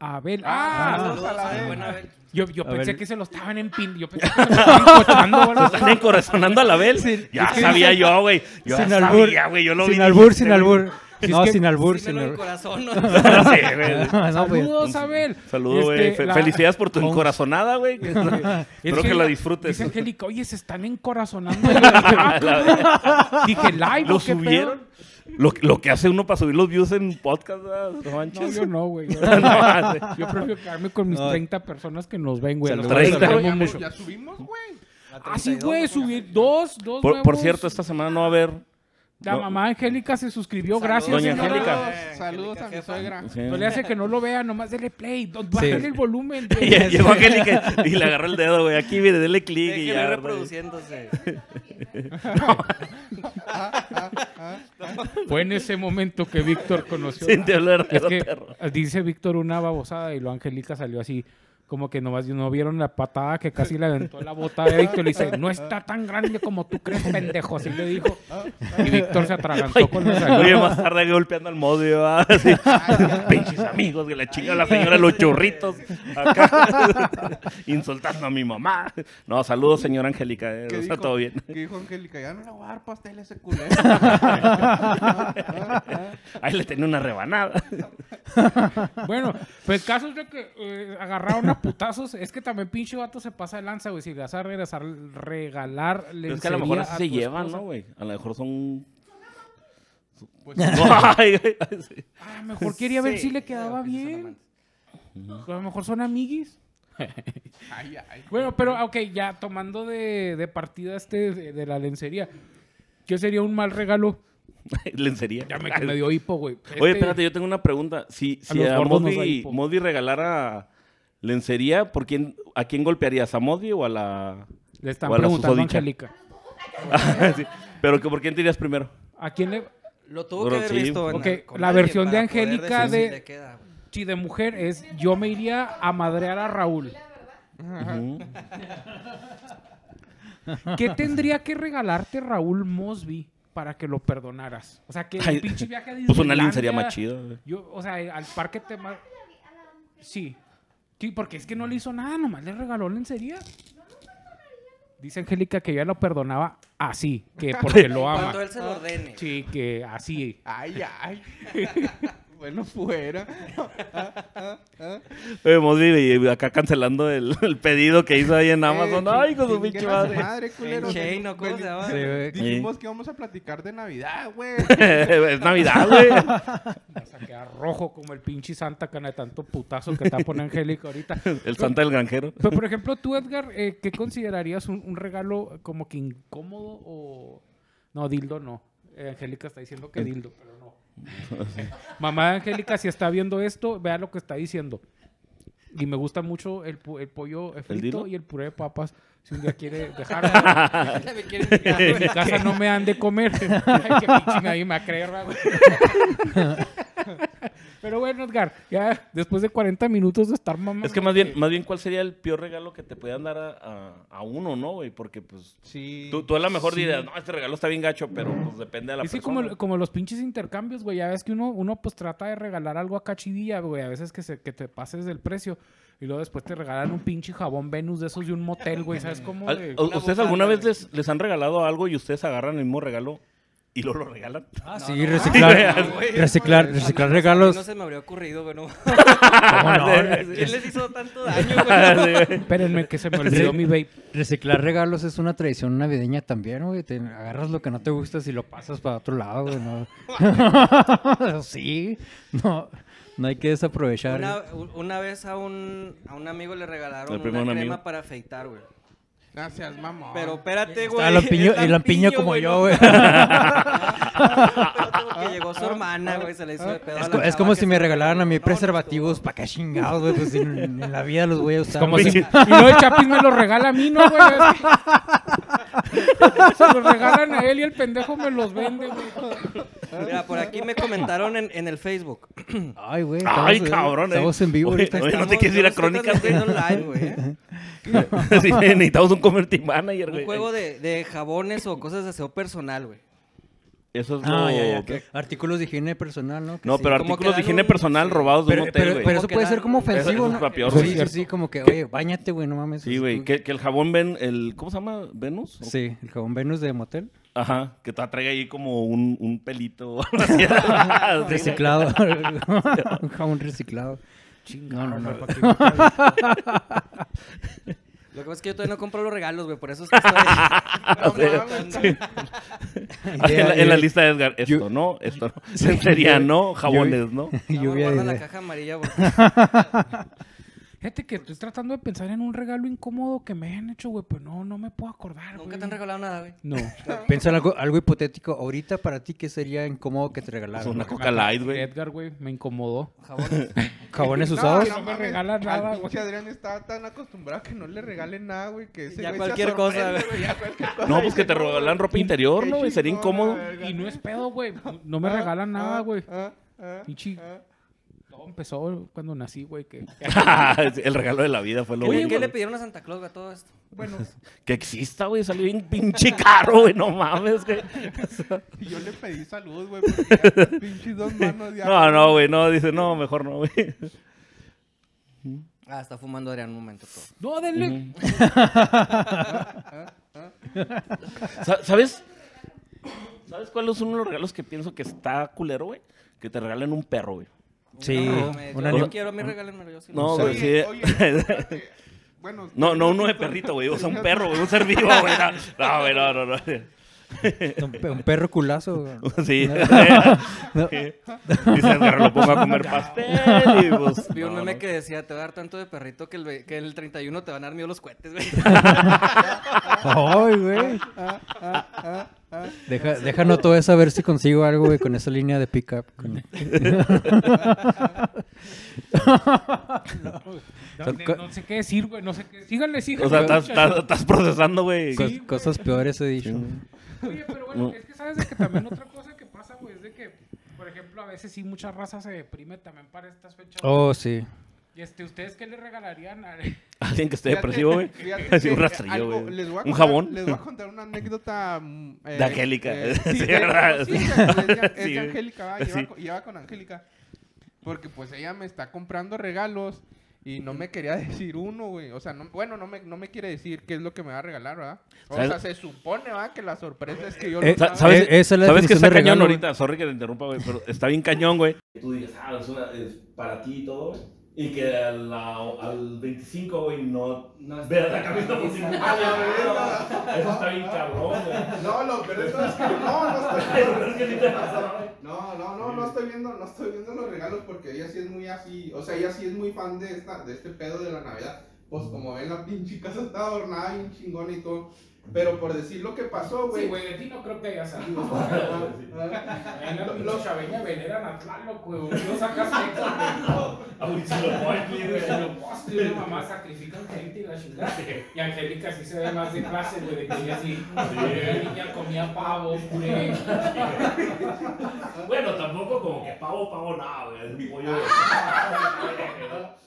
Speaker 1: A Abel.
Speaker 5: Ah,
Speaker 1: Ah,
Speaker 5: saludos a la vez.
Speaker 3: buena vez.
Speaker 1: yo, yo
Speaker 2: A
Speaker 1: pensé
Speaker 2: ver.
Speaker 1: que se lo estaban empin... Yo pensé que se lo estaban cochando, güey.
Speaker 4: Están encorazonando a la Bel.
Speaker 2: Sí,
Speaker 4: ya
Speaker 2: es que
Speaker 4: sabía yo, güey. Yo ya
Speaker 2: Sin albur.
Speaker 4: sabía, güey. Yo lo vi.
Speaker 2: Sin albur,
Speaker 4: dijiste,
Speaker 2: sin
Speaker 4: güey.
Speaker 2: albur.
Speaker 1: Si es
Speaker 2: No,
Speaker 1: que-
Speaker 2: sin albur, sin
Speaker 3: Dímelo el
Speaker 2: albur.
Speaker 3: corazón, ¿no?
Speaker 4: Sí, güey.
Speaker 2: No, pues, güey.
Speaker 1: Saludos, Abel.
Speaker 4: Saludos, güey.
Speaker 1: Este,
Speaker 4: Fe-
Speaker 1: la-
Speaker 4: Felicidades por tu
Speaker 2: Con-
Speaker 4: encorazonada, güey. que- Espero que la disfrutes.
Speaker 1: Dice Angélica, oye, se están encorazonando. Ah, cabrón. Dije, live,
Speaker 4: lo
Speaker 1: ¿o qué pedo?
Speaker 4: subieron. Lo, lo que hace uno para subir los views en podcast, ¿verdad? no
Speaker 1: No,
Speaker 4: manches.
Speaker 1: yo no, güey. Yo,
Speaker 4: No,
Speaker 1: yo prefiero quedarme con mis
Speaker 2: No.
Speaker 1: 30 personas que nos ven, güey.
Speaker 2: Saludos,
Speaker 1: Los
Speaker 4: saludos.
Speaker 1: queremos
Speaker 5: Ya,
Speaker 1: mucho.
Speaker 5: ya subimos, güey.
Speaker 1: Ah, sí, güey, subir dos, dos
Speaker 4: por, por
Speaker 1: nuevos.
Speaker 4: cierto, esta semana no va a haber.
Speaker 1: La
Speaker 4: no-
Speaker 1: mamá Angélica se suscribió,
Speaker 3: Saludos.
Speaker 1: gracias,
Speaker 4: Doña
Speaker 1: señora.
Speaker 4: Angélica.
Speaker 5: Saludos, saludos a mi
Speaker 3: Angélica,
Speaker 5: suegra.
Speaker 4: Sí.
Speaker 1: No le hace que no lo vea, nomás dele play. don-
Speaker 2: Sí.
Speaker 1: Bájale el volumen. güey.
Speaker 4: Y- Llegó Angélica y le agarró el dedo, güey. Aquí, mire, dele clic
Speaker 3: Déjenlo
Speaker 4: y ya.
Speaker 3: ir
Speaker 4: ¿verdad?
Speaker 3: reproduciéndose.
Speaker 5: Ah,
Speaker 1: Fue en ese momento que Víctor conoció.
Speaker 4: Sin te hablar,
Speaker 1: Es que
Speaker 4: perro.
Speaker 1: dice Víctor una babosada y lo Angélica salió así, como que nomás no vieron la patada que casi le aventó la bota de Víctor. Y le dice, no está tan grande como tú crees, pendejo. Así le dijo. Y Víctor se atragantó con los
Speaker 4: Oye, más tarde golpeando al modio. ¿verdad? Así, Pinches amigos, que la chinga la señora, los churritos. Acá, insultando a mi mamá. No, saludos, señora Angélica. eh,
Speaker 5: ¿Qué
Speaker 4: Está
Speaker 5: dijo?
Speaker 4: todo bien.
Speaker 5: ¿Qué dijo Angélica? Ya no le voy a dar pastel a ese culero.
Speaker 4: Ahí le tenía una rebanada.
Speaker 1: Bueno, pues el caso es de que eh, agarraron a putazos. Es que también pinche vato se pasa de lanza, güey. Si le vas a regresar, regalar
Speaker 4: Pero es que a lo mejor
Speaker 1: lencería
Speaker 4: así se
Speaker 1: tu
Speaker 4: llevan,
Speaker 1: esposa.
Speaker 4: ¿no, güey? A lo mejor son.
Speaker 5: Pues,
Speaker 1: Pues,
Speaker 4: Ay, güey, ay, sí.
Speaker 1: Ah, mejor quería ver si le quedaba bien. A lo mejor son amiguis.
Speaker 5: Ay, ay.
Speaker 1: Bueno, pero, ok, ya tomando de, de partida este de, de la lencería, ¿qué sería un mal regalo?
Speaker 4: Lencería.
Speaker 1: Ya me, que me dio hipo, güey.
Speaker 4: Oye,
Speaker 1: Este-
Speaker 4: espérate, yo tengo una pregunta. Si, si
Speaker 1: los
Speaker 4: a,
Speaker 1: gordos nos da
Speaker 4: Mosby,
Speaker 1: hipo.
Speaker 4: Mosby regalara lencería, ¿por quién, ¿a quién golpearías? ¿A Mosby o a la...?
Speaker 1: Le están
Speaker 4: o a la
Speaker 1: preguntando a
Speaker 4: susodicha.
Speaker 1: Angélica.
Speaker 4: Sí. Pero que, ¿por quién te irías primero?
Speaker 1: ¿A quién le...?
Speaker 3: Lo tuvo
Speaker 4: Bro,
Speaker 3: que haber
Speaker 4: sí.
Speaker 3: visto. en-
Speaker 1: Ok,
Speaker 3: con
Speaker 1: la
Speaker 3: alguien
Speaker 1: versión de
Speaker 3: para poder
Speaker 1: Angélica
Speaker 3: decir si
Speaker 1: de-
Speaker 3: le queda, güey.
Speaker 1: Si de mujer es, yo me iría a madrear a Raúl.
Speaker 4: Ujú.
Speaker 1: ¿Qué tendría que regalarte Raúl Mosby para que lo perdonaras? O sea, que el
Speaker 4: Ay,
Speaker 1: pinche viaje a
Speaker 4: Pues una
Speaker 1: Disneylandia,
Speaker 4: lencería más chida. güey.
Speaker 1: Yo, o sea, al parque tema... Sí. Sí, porque es que no le hizo nada, nomás le regaló lencería. Dice Angélica que ya lo perdonaba así, que porque lo ama.
Speaker 3: Cuando él se lo ordene.
Speaker 1: Sí, que así.
Speaker 5: Ay, ay. bueno, fuera.
Speaker 4: Oye, Mosby y acá cancelando el, el pedido que hizo ahí en Amazon.
Speaker 5: Eh,
Speaker 4: Ay, con su
Speaker 5: chinguen
Speaker 4: pinche
Speaker 5: a
Speaker 4: madre.
Speaker 5: culero.
Speaker 3: Shane, ¿o cómo se llama?
Speaker 2: Sí, güey.
Speaker 5: Dijimos que íbamos a platicar de Navidad, güey.
Speaker 4: es Navidad, güey.
Speaker 1: Vas a quedar rojo como el pinche Santa Cana de tanto putazo que está poniendo Angélica ahorita.
Speaker 4: El Santa del Granjero.
Speaker 1: Pero, por ejemplo, tú, Edgar, eh, ¿qué considerarías un, un regalo como que incómodo o...? No, dildo no. Eh, Angélica está diciendo que dildo, pero no. Mamá de Angélica, si está viendo esto, vea lo que está diciendo. Y me gusta mucho el, pu- el pollo frito
Speaker 4: dildo?
Speaker 1: y el puré de papas. Si un día quiere dejarlo,
Speaker 3: Ya me quiere chingar,
Speaker 1: en
Speaker 3: güey.
Speaker 1: mi casa no me han de comer. Ay, qué pinche ahí me acrea, güey. Pero bueno, Edgar, ya después de 40 minutos de estar mamando.
Speaker 4: Es que más bien, más bien, ¿cuál sería el peor regalo que te podían dar a, a- a uno, no, güey? Porque, pues,
Speaker 5: Sí.
Speaker 4: tú, tú a lo mejor dirás, no, este regalo está bien gacho, pero pues depende de la
Speaker 1: Y sí,
Speaker 4: persona.
Speaker 1: como, como los pinches intercambios, güey. Ya ves que uno, uno pues trata de regalar algo a cachidilla, güey. A veces que, se, que te pases del precio. Y luego después te regalan un pinche jabón Venus de esos de un motel, güey. ¿Sabes cómo?
Speaker 4: Al-
Speaker 1: de-
Speaker 4: ¿u-
Speaker 3: una
Speaker 4: ¿Ustedes
Speaker 3: botana,
Speaker 4: alguna vez
Speaker 3: güey.
Speaker 4: les, les han regalado algo y ustedes agarran el mismo regalo y luego lo regalan?
Speaker 2: Ah, sí, reciclar.
Speaker 3: güey.
Speaker 2: Reciclar,
Speaker 3: A mí
Speaker 2: reciclar
Speaker 3: no se-
Speaker 2: regalos.
Speaker 3: No se me habría ocurrido, güey. No.
Speaker 2: ¿Cómo no?
Speaker 3: ¿Quién les hizo tanto daño, güey?
Speaker 1: Espérenme que se me olvidó mi vape.
Speaker 2: Reciclar regalos es una tradición navideña también, güey. Te agarras lo que no te gusta y lo pasas para otro lado, güey. ¿no? sí, no, no hay que desaprovechar.
Speaker 3: Una, u- una vez a un, a un amigo le regalaron
Speaker 4: El
Speaker 3: una
Speaker 4: primo de
Speaker 3: crema
Speaker 4: un amigo.
Speaker 3: para afeitar, güey.
Speaker 5: Gracias, mamón.
Speaker 3: Pero espérate, güey.
Speaker 2: Estaba lampiño-
Speaker 3: es
Speaker 2: y lampiño como yo, güey.
Speaker 3: Espérate, porque llegó su hermana, güey, se le hizo de pedo. a
Speaker 2: Es,
Speaker 3: la
Speaker 2: co- es
Speaker 3: chava
Speaker 2: como
Speaker 3: que
Speaker 2: si
Speaker 3: se
Speaker 2: me
Speaker 3: lo
Speaker 2: regalaran a mí
Speaker 3: regaló. No, no
Speaker 2: preservativos. ¿Para qué chingados, güey? Pues en, en la vida los voy a usar.
Speaker 1: Como
Speaker 2: güey.
Speaker 1: si. Y luego el Chapis me lo regala a mí, ¿no, güey? Se los regalan a él y el pendejo me los vende, güey.
Speaker 3: estuvo. Mira, por aquí me comentaron en, en el Facebook.
Speaker 2: Ay, güey.
Speaker 4: Ay,
Speaker 2: estamos, eh,
Speaker 4: cabrón. eh.
Speaker 2: Estamos en vivo
Speaker 4: Oye,
Speaker 2: ahorita.
Speaker 4: oye, no te
Speaker 3: Estamos-
Speaker 4: quieres ir
Speaker 3: yo
Speaker 4: a
Speaker 3: lo estoy
Speaker 4: crónicas, güey.
Speaker 3: transmitiendo live, güey, ¿eh?
Speaker 4: Sí, necesitamos un community manager, güey.
Speaker 3: Un juego de, de jabones o cosas de aseo personal, güey.
Speaker 4: Eso es lo...
Speaker 2: Ah, ya, ya, que Artículos de higiene personal, ¿no? Que
Speaker 4: No,
Speaker 2: sí.
Speaker 4: pero
Speaker 3: como que
Speaker 4: artículos de
Speaker 3: dan
Speaker 4: higiene
Speaker 3: un-
Speaker 4: personal robados de
Speaker 2: Pero,
Speaker 4: un hotel,
Speaker 2: pero-
Speaker 4: güey.
Speaker 2: pero eso
Speaker 3: Como que
Speaker 2: puede
Speaker 3: la-
Speaker 2: ser como
Speaker 3: eso- eso
Speaker 2: ofensivo,
Speaker 4: es
Speaker 2: ¿no?
Speaker 4: pa' peor,
Speaker 2: sí,
Speaker 4: güey.
Speaker 2: sí, sí, como que, oye, bañate, güey, no mames.
Speaker 4: Sí, güey. Que, que el jabón ven... El, ¿Cómo se llama? ¿Venus? ¿O
Speaker 2: Sí, el jabón Venus de motel.
Speaker 4: Ajá, que te traiga ahí como un, un pelito. Así, así,
Speaker 2: Reciclado. Un jabón reciclado.
Speaker 4: Ah,
Speaker 2: No, no, no.
Speaker 3: Lo que pasa es que yo todavía no compro los regalos, güey. Por eso es que estoy...
Speaker 5: No mames,
Speaker 4: en, la, en la lista de Edgar, esto
Speaker 2: Yo-
Speaker 4: no, esto no. Sería no, jabones,
Speaker 2: yo-
Speaker 4: ¿no.
Speaker 2: Yo
Speaker 3: Yo
Speaker 2: vi
Speaker 3: guarda la
Speaker 2: ahí.
Speaker 3: caja amarilla, güey.
Speaker 1: Fíjate que estoy tratando de pensar en un regalo incómodo que me hayan hecho, güey. Pues no, no me puedo acordar, güey.
Speaker 3: Nunca te han regalado nada, güey.
Speaker 1: No.
Speaker 2: Piensa en algo, algo hipotético. Ahorita para ti, ¿qué sería incómodo que te
Speaker 4: Es
Speaker 2: regalaran?
Speaker 4: Pues una coca light, güey.
Speaker 1: Edgar, güey, me incomodó.
Speaker 3: Jabones.
Speaker 2: ¿Jabones
Speaker 5: No,
Speaker 2: usados?
Speaker 5: no
Speaker 1: No me
Speaker 5: mames,
Speaker 1: regalan
Speaker 5: al
Speaker 1: nada,
Speaker 5: pinche
Speaker 1: güey.
Speaker 5: Adrián estaba tan acostumbrado a que no le regalen nada, güey, que ese
Speaker 3: Ya
Speaker 5: güey se
Speaker 3: cualquier cosa,
Speaker 5: sorprende,
Speaker 3: güey.
Speaker 5: ya cualquier cosa.
Speaker 4: No, pues que te regalan ropa interior, ¿no? güey? Sería incómodo.
Speaker 1: Y no es pedo, güey. No me regalan
Speaker 5: Ah,
Speaker 1: nada, güey. Pinche- Todo empezó cuando nací, güey. Que...
Speaker 4: El regalo de la vida fue lo
Speaker 3: Oye,
Speaker 4: único.
Speaker 3: ¿qué le pidieron a Santa Claus güey, a todo esto?
Speaker 5: Bueno,
Speaker 4: Que exista, güey. Salió bien pinche caro, güey. No mames, güey.
Speaker 5: yo le pedí salud, güey, porque ya, pinches dos manos ya.
Speaker 4: No, no, güey. No, dice, no, mejor no, güey.
Speaker 3: Ah, está fumando Adrián un momento todo.
Speaker 1: No, denle.
Speaker 4: Sa- ¿Sabes? ¿Sabes cuál es uno de los regalos que pienso que está culero, güey? Que te regalen un perro, güey.
Speaker 2: Sí.
Speaker 3: No, me- yo
Speaker 2: una
Speaker 3: no
Speaker 2: lim-
Speaker 3: quiero, a mí regálenmelo yo. sí lo
Speaker 4: No,
Speaker 3: uso.
Speaker 4: güey,
Speaker 5: Oye,
Speaker 4: sí.
Speaker 5: oye, espérate. bueno,
Speaker 4: No, no uno de perrito, güey. O sea, un perro, güey. Un ser vivo, güey. No, no, güey, no, no, no.
Speaker 2: Un, pe- un perro culazo. güey.
Speaker 6: Sí.
Speaker 2: No,
Speaker 6: Y se agarra, lo pongo a comer pastel y pues...
Speaker 7: Vi un
Speaker 6: no,
Speaker 7: meme
Speaker 6: no.
Speaker 7: que decía, te va a dar tanto de perrito que el, ve- que el 31 te van a dar miedo los cohetes, güey.
Speaker 2: Ay, güey.
Speaker 5: ah,
Speaker 2: Deja, deja todo eso a ver si consigo algo, güey, con esa línea de pickup. Con...
Speaker 1: No,
Speaker 2: Son
Speaker 1: ne-
Speaker 2: co-
Speaker 1: no sé qué decir, güey. No sé qué. Síganle, síganle.
Speaker 6: O sea,
Speaker 1: muchas.
Speaker 6: estás, estás- estás procesando, güey.
Speaker 2: Cos-
Speaker 1: Sí, güey.
Speaker 2: cosas peores he dicho.
Speaker 1: Oye, pero bueno,
Speaker 6: Mm.
Speaker 1: es que sabes de que también otra cosa que pasa, güey, es de que, por ejemplo, a veces sí mucha raza se deprime también para estas fechas.
Speaker 2: Oh, sí.
Speaker 1: Y este, ¿ustedes qué le regalarían a...
Speaker 6: Alguien que esté
Speaker 5: Fíjate-
Speaker 6: depresivo, güey.
Speaker 5: fíjate
Speaker 6: Así un
Speaker 5: que
Speaker 6: rastrillo,
Speaker 5: algo-
Speaker 6: güey.
Speaker 5: les voy a
Speaker 6: Un
Speaker 5: contar-
Speaker 6: jabón.
Speaker 5: Les voy a contar una anécdota. mm, eh,
Speaker 6: De Angélica.
Speaker 5: eh,
Speaker 6: Sí,
Speaker 5: de-
Speaker 6: ¿verdad?
Speaker 5: sí, de- es de- es
Speaker 6: Sí,
Speaker 5: de
Speaker 6: güey.
Speaker 5: Angélica, va, lleva
Speaker 6: Sí.
Speaker 5: con- lleva con Angélica. Porque pues ella me está comprando regalos y no me quería decir uno, güey. O sea, no- bueno, no me, no me quiere decir qué es lo que me va a regalar, ¿verdad? O
Speaker 6: ¿Sabes?
Speaker 5: sea, se supone, ¿verdad? Que la sorpresa es que yo
Speaker 2: Eh,
Speaker 5: lo
Speaker 2: sa-
Speaker 6: Sa-
Speaker 5: haga.
Speaker 6: ¿Sabes,
Speaker 2: Eh, esa es la
Speaker 6: ¿sabes que
Speaker 2: definición de
Speaker 6: está cañón
Speaker 2: regalo,
Speaker 6: ahorita? Sorry que te interrumpa, güey, pero está bien cañón, güey.
Speaker 4: que tú digas, ah, es, una, es para ti y todo, güey. Y que a la- al 25, güey, no, no veas la camisa por 50. Eso está bien cabrón, güey.
Speaker 5: No, lo peor de todo es que no, no estoy
Speaker 4: Pero es que sí te pasa, güey.
Speaker 5: No, no, no, no estoy viendo, no estoy viendo los regalos porque ella sí es muy así, o sea, ella sí es muy fan de esta, de este pedo de la Navidad. Pues como ven, la pinche casa está adornada bien chingona y todo. Pero por decir lo que pasó, güey. Ah,
Speaker 1: güey, de ti no creo que haya salido.
Speaker 5: Los
Speaker 1: chaveña veneran a Tlaloc, güey. No sacas
Speaker 4: A Huitzilopochtli, güey.
Speaker 1: postre, una mamá sacrifican gente y la chingada. Y Angélica sí se ve más de clase, güey, de que ella sí. La niña comía pavo, puré.
Speaker 4: Bueno, tampoco como que pavo, pavo, nada, güey. Es un pollo.
Speaker 3: Ah.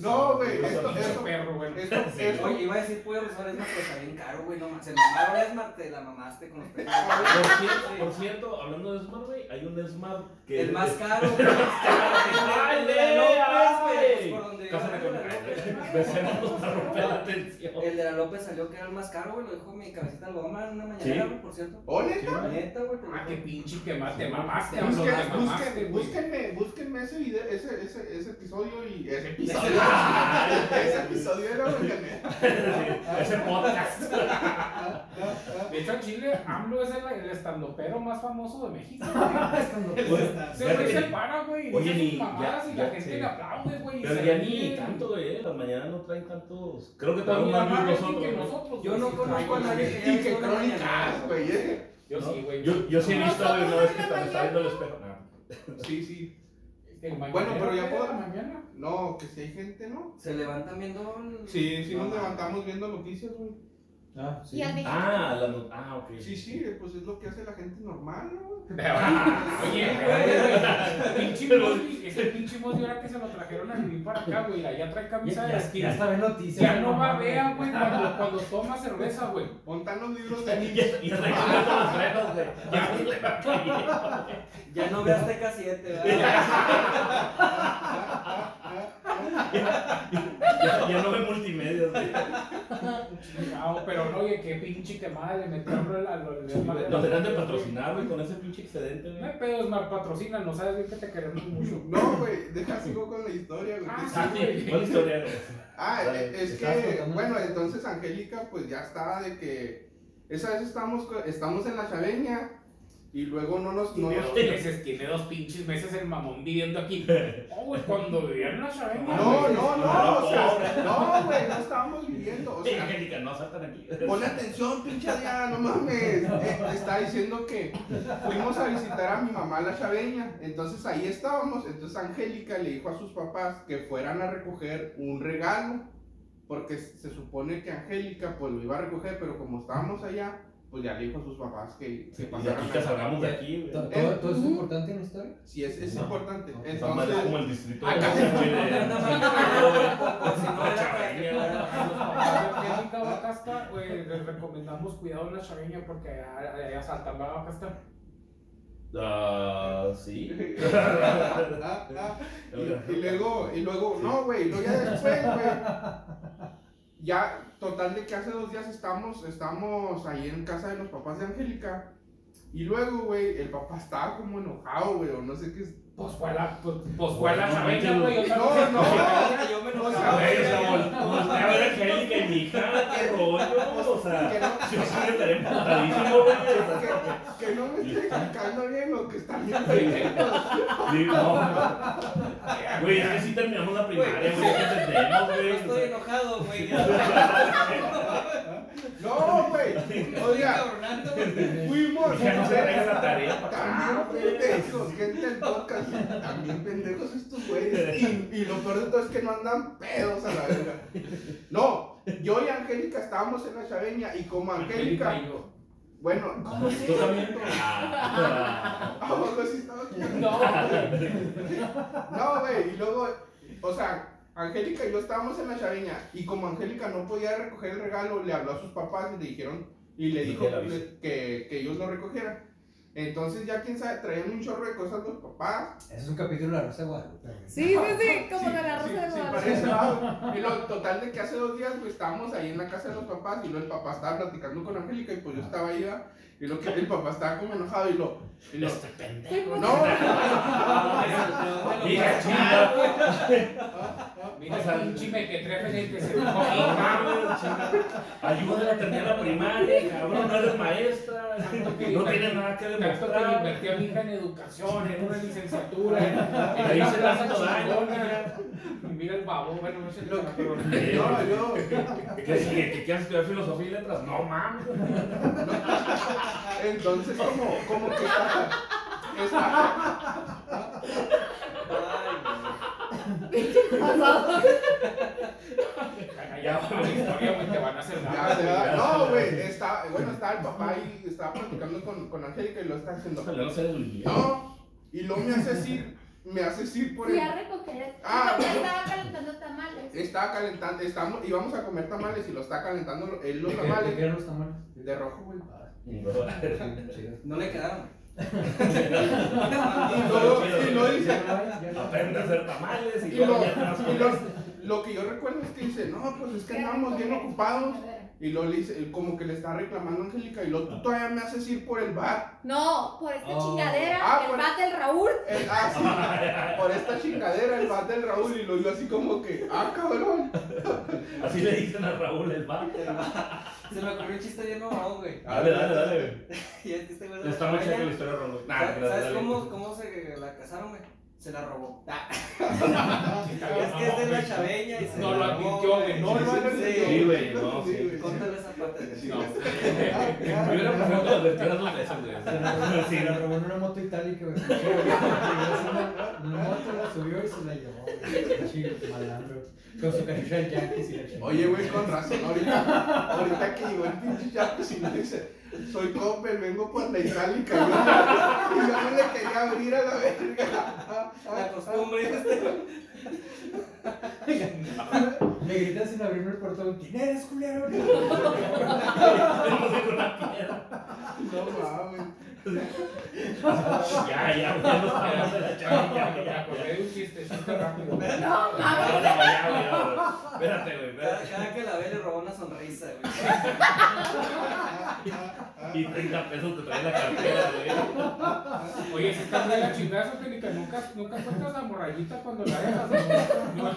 Speaker 5: No, güey, esto,
Speaker 1: Pinche
Speaker 5: esto,
Speaker 1: perro, güey.
Speaker 5: esto, esto-
Speaker 3: Oye, iba a decir pollo risol Esma, pero está bien caro, güey. No, ma- se mamaron Esma, te la mamaste con los precios.
Speaker 4: Por cierto, por cierto, hablando de Smart, güey, hay un Smart que.
Speaker 3: El más caro, güey. el más caro,
Speaker 4: ¡Ay,
Speaker 3: el de la López, güey. pues, por donde
Speaker 4: güey! Cásame
Speaker 3: salió
Speaker 4: con
Speaker 3: la
Speaker 4: el
Speaker 3: López.
Speaker 4: Becerra nos va a romper la atención.
Speaker 3: El de la López salió que era el más caro, güey. Lo dijo mi cabecita de goma en una mañanera,
Speaker 4: Sí.
Speaker 3: güey, por cierto.
Speaker 5: ¿Oh, neta?
Speaker 3: Neta, güey. te lo
Speaker 1: Ah, qué
Speaker 3: juro.
Speaker 1: pinche que más te mamaste,
Speaker 5: Busquen-
Speaker 1: hablo, te
Speaker 5: busquen-
Speaker 1: mamaste, güey.
Speaker 5: búsquenme, búsquenme ese video, ese, ese, ese episodio y ese episodio. ese episodio era güey.
Speaker 4: Ese podcast.
Speaker 1: De hecho, en Chile, AMLO es el, el estandopero más famoso de México. Se
Speaker 4: Fíjate
Speaker 1: güey
Speaker 4: que-
Speaker 1: se para, güey, y
Speaker 4: Oye,
Speaker 1: dice
Speaker 4: ni-
Speaker 1: sus mamadas
Speaker 4: ya-
Speaker 1: y la
Speaker 4: ya
Speaker 1: gente
Speaker 4: sé.
Speaker 1: le aplaude, güey. y
Speaker 4: Pero
Speaker 1: se
Speaker 4: ya
Speaker 1: ríe.
Speaker 4: ni tanto, güey. Las mañanas no traen tantos. Creo que
Speaker 1: Pero
Speaker 4: traen
Speaker 1: más
Speaker 4: más views
Speaker 1: marketing
Speaker 4: nosotros.
Speaker 1: que
Speaker 4: güey.
Speaker 1: nosotros,
Speaker 3: Yo
Speaker 1: güey,
Speaker 3: no
Speaker 1: sí,
Speaker 3: conozco a
Speaker 1: güey.
Speaker 3: nadie que
Speaker 5: Y
Speaker 3: haya
Speaker 5: que
Speaker 3: visto una mañanera,
Speaker 5: crónicas, güey. eh.
Speaker 1: Yo sí, güey.
Speaker 4: Yo, yo sí he visto, güey, una vez que estaba estaba viendo el espejo. ah,
Speaker 5: Sí, sí.
Speaker 1: Este, El mañanero
Speaker 5: Bueno, pero ya
Speaker 1: de
Speaker 5: puedo-
Speaker 1: la mañana.
Speaker 5: No, que si hay gente, ¿no? Ah.
Speaker 3: Se levantan viendo. el-
Speaker 5: Sí, sí
Speaker 3: No,
Speaker 5: nos
Speaker 3: ma-
Speaker 5: levantamos viendo noticias, güey.
Speaker 8: Y al mexicano.
Speaker 4: Ah, la no- Ah, ok.
Speaker 5: Sí, sí, pues es lo que hace la gente normal, ¿no?
Speaker 1: Oye, güey, pinche Mosby, ese pinche Mosby ahora que se lo trajeron a vivir para acá, güey, ya trae camisa de esquí. Ya,
Speaker 3: ve noticias.
Speaker 1: no babea, güey, cuando, cuando toma cerveza, güey.
Speaker 5: Montan los libros
Speaker 4: Y
Speaker 5: de...
Speaker 4: ya- y traen todos los frenos, güey. Ya, güey.
Speaker 3: Ya no ve Azteca 7, ¿verdad?
Speaker 4: Ya- Ya no ve multimedia, güey.
Speaker 1: No, Ah, pero no, oye, qué pinche quemada le metieron la...
Speaker 4: Nos dejan de patrocinar, güey, con ese pinche excedente,
Speaker 1: No hay
Speaker 4: güey.
Speaker 1: pedos, Mar, patrocina, no sabes bien que te queremos mucho.
Speaker 5: No, güey, deja sigo con la historia, güey.
Speaker 1: Ah,
Speaker 4: Ah, sí, ¿Cuál historia, güey?
Speaker 5: Ah,
Speaker 4: Dale,
Speaker 5: eh, es
Speaker 4: estabas
Speaker 5: que,
Speaker 4: contando.
Speaker 5: bueno, entonces Angélica pues ya estaba de que... Esa vez estamos, co- estamos en la chaveña y luego no nos... No,
Speaker 1: Tiene dos
Speaker 5: nos-
Speaker 1: meses, tiene dos pinches meses el mamón viviendo aquí. Oh, güey, cuando vivía en la chaveña.
Speaker 5: no,
Speaker 1: güey.
Speaker 5: no, no, o sea, no, güey, no estábamos viviendo, o
Speaker 4: Sí,
Speaker 5: sea...
Speaker 4: Angélica, no saltan aquí.
Speaker 5: Pon atención, pinche Adriana, no mames. Eh, te estaba diciendo que fuimos a visitar a mi mamá la chaveña. Entonces ahí estábamos. Entonces Angélica le dijo a sus papás que fueran a recoger un regalo. Porque se supone que Angélica pues lo iba a recoger, pero como estábamos allá, pues ya le dijo a sus papás que, que
Speaker 4: Y aquí que
Speaker 5: pasaran a...
Speaker 4: salgamos de aquí, güey.
Speaker 5: todo-
Speaker 3: es
Speaker 8: Ujú.
Speaker 3: importante en la historia?
Speaker 5: Sí, es, es
Speaker 4: No.
Speaker 5: importante.
Speaker 4: Está mal, es como
Speaker 5: Entonces,
Speaker 4: el distrito
Speaker 5: Acá.
Speaker 4: de güey, de-
Speaker 1: Cuando tenga vaca hasta, güey, les recomendamos cuidado en la chaveña porque allá allá asaltan la vaca hasta.
Speaker 4: Ah, sí.
Speaker 5: Ah, ah. Y, y luego, y luego, no, güey, y luego ya después, güey. Ya, total de que hace dos días estamos, estamos ahí en casa de los papás de Angélica. Y luego, güey, el papá estaba como enojado, güey, o no sé qué. es-
Speaker 1: Pues fue la, pues, pues fue la chaveña, güey. yo
Speaker 5: No,
Speaker 1: también-
Speaker 5: no.
Speaker 3: Yo me
Speaker 5: O
Speaker 4: Ah,
Speaker 5: sea,
Speaker 4: güey, o sea, vol- voltea a ver a Angélica y
Speaker 9: hija, qué rollo, o
Speaker 5: que
Speaker 9: sea,
Speaker 5: no-
Speaker 9: yo sí que estaré emputadísimo, güey, o sea,
Speaker 5: Que, que no me esté explicando bien lo que están viendo.
Speaker 9: digo, no, güey, Güey, es que sí terminamos la primaria, güey, ¿qué entendemos, güey?
Speaker 8: Yo
Speaker 9: O
Speaker 8: estoy
Speaker 9: sea,
Speaker 8: enojado, güey.
Speaker 5: No, güey.
Speaker 8: Estoy
Speaker 5: Oiga,
Speaker 8: encabronando, güey.
Speaker 5: fuimos.
Speaker 9: Ya no se traiga la tarea para acá,
Speaker 5: También pendejos, Ah, gente del podcast. También pendejos estos güeyes. Y, y lo peor de todo es que no andan pedos a la verga. No, yo y Angélica estábamos en la chaveña y como Angélica.
Speaker 1: y yo.
Speaker 5: Bueno, ¿cómo se
Speaker 9: ¿Tú
Speaker 5: llama?
Speaker 9: también? Ah,
Speaker 5: Ah, bueno, sí estaba aquí.
Speaker 1: No, güey.
Speaker 5: No, güey, y luego, o sea, Angélica y yo estábamos en la chaveña y como Angélica no podía recoger el regalo, le habló a sus papás y le dijeron, y le dijo
Speaker 9: Que Pues la avise.
Speaker 5: le- que, que ellos lo recogieran. Entonces ya quién sabe, traían un chorro de cosas los papás.
Speaker 2: Ese es un capítulo de la Rosa de Guadalupe. güey.
Speaker 10: Sí, sí, sí, como
Speaker 5: Sí,
Speaker 10: de la rosa
Speaker 5: sí,
Speaker 10: de
Speaker 5: sí,
Speaker 10: Guadalupe.
Speaker 5: parece, ah, Y lo total de que hace dos días pues, estábamos ahí en la casa de los papás y luego el papá estaba platicando con Angélica y pues yo estaba ahí ah, y lo que el papá estaba como enojado y lo... Y lo
Speaker 9: Este pendejo.
Speaker 5: no, no,
Speaker 9: Mira,
Speaker 1: Ah,
Speaker 9: chinga.
Speaker 1: güey. Mira, un chisme que trepes y que se enojó.
Speaker 9: Ayúdala a terminar la primaria, cabrón, no eres maestra, no tienes nada que
Speaker 1: Tanto que le
Speaker 9: demostrar.
Speaker 1: invertí a mi hija en educación, en una licenciatura, en, en
Speaker 9: Ahí
Speaker 1: una
Speaker 9: se le hace
Speaker 1: plaza
Speaker 9: todo daño.
Speaker 1: chingona. Y mira el babo, bueno, no sé
Speaker 5: Lo que-
Speaker 1: pero-
Speaker 5: yo...
Speaker 9: ¿Qué qué- qué haces estudiar filosofía y letras? No mames.
Speaker 5: Entonces, como, como que está, está-
Speaker 1: Ya va la historia, güey, te van a hacer
Speaker 5: ya,
Speaker 1: nada.
Speaker 5: ya, no, güey, está, bueno, estaba el papá ahí, estaba platicando con, con Angélica y lo está haciendo,
Speaker 9: Ojalá no sea de Luis.
Speaker 5: no, y luego me hace decir, me hace decir por
Speaker 10: Fui
Speaker 5: el,
Speaker 10: a recoger.
Speaker 5: Ah,
Speaker 10: ya estaba calentando tamales.
Speaker 5: estaba calentando, estamos, íbamos a comer tamales y lo está calentando él los
Speaker 2: ¿De qué- de qué
Speaker 5: tamales,
Speaker 2: eran los tamales?
Speaker 5: de rojo, güey,
Speaker 2: Chido.
Speaker 8: No le quedaron.
Speaker 2: Ah,
Speaker 5: y luego, y luego dice,
Speaker 9: Aprende a hacer tamales y
Speaker 5: y lo,
Speaker 9: luego ya te vas
Speaker 5: y
Speaker 9: con
Speaker 5: lo, lo que yo recuerdo es que dice, no, pues es que andamos bien ocupados, y luego le dice, como que le está reclamando a Angélica, y
Speaker 2: Ah.
Speaker 5: luego tú todavía me haces ir por el bar,
Speaker 10: No, por esta
Speaker 2: Oh.
Speaker 10: chingadera,
Speaker 5: Ah,
Speaker 10: el
Speaker 5: por-
Speaker 10: bate del Raúl.
Speaker 5: El- ah, sí, por esta chingadera, el bat del Raúl, y lo yo así como que, ah, cabrón.
Speaker 9: Así le dicen a Raúl el bar.
Speaker 8: Se me ocurrió un chiste bien mamado, güey.
Speaker 9: Dale, dale, dale.
Speaker 8: Y es que este güey de la
Speaker 9: Está muy
Speaker 8: campaña-
Speaker 9: chaca Ah, la historia de Raúl. Nah,
Speaker 8: ¿Sabes
Speaker 9: dale,
Speaker 8: sabes
Speaker 9: dale.
Speaker 8: cómo, cómo se la casaron, güey? Se la robó. Ah,
Speaker 1: Está
Speaker 8: es que es de
Speaker 1: mamón,
Speaker 8: la
Speaker 1: güey.
Speaker 8: chaveña y se
Speaker 1: No
Speaker 8: la
Speaker 1: lo
Speaker 8: robó,
Speaker 1: advirtió, güey, no lo
Speaker 8: Sí,
Speaker 9: Sí, güey, no, sí.
Speaker 5: Sí, güey.
Speaker 8: Córtale esa parte. güey.
Speaker 1: No.
Speaker 9: Yo hubiera preferido que lo advirtieras dos veces, güey.
Speaker 2: Se la robó en una moto itálica, güey. Llegó así Una una moto la subió y se la llevó, güey. Chido, malandro. Con su carrera de Yankees y la chingada.
Speaker 5: Oye, güey, con razón, ahorita, ahorita que llegó el pinche Chapis y me dice, soy Coppel, vengo por la itálica. Y yo, y yo no le quería abrir a la verga.
Speaker 8: La costumbre de este güey.
Speaker 2: Me gritan sin abrirme el portón. ¿Quién eres, culero?
Speaker 5: No mames.
Speaker 9: Ya, ya, ya no estamos de la chaca, ya,
Speaker 1: Me
Speaker 9: ya, ya.
Speaker 1: acordé de un chiste, chiste rápido.
Speaker 5: Ah,
Speaker 10: Ah,
Speaker 9: No, no, ya, güey, ya, güey. Espérate, güey,
Speaker 8: Cada,
Speaker 9: espérate.
Speaker 8: cada que la ve le robó una sonrisa, güey.
Speaker 4: Ah.
Speaker 9: Y 30 pesos te trae la cartera, güey.
Speaker 1: Oye, si estás de la chingada, Angélica, nunca, nunca sueltas la morrayita cuando la dejas. ¿no?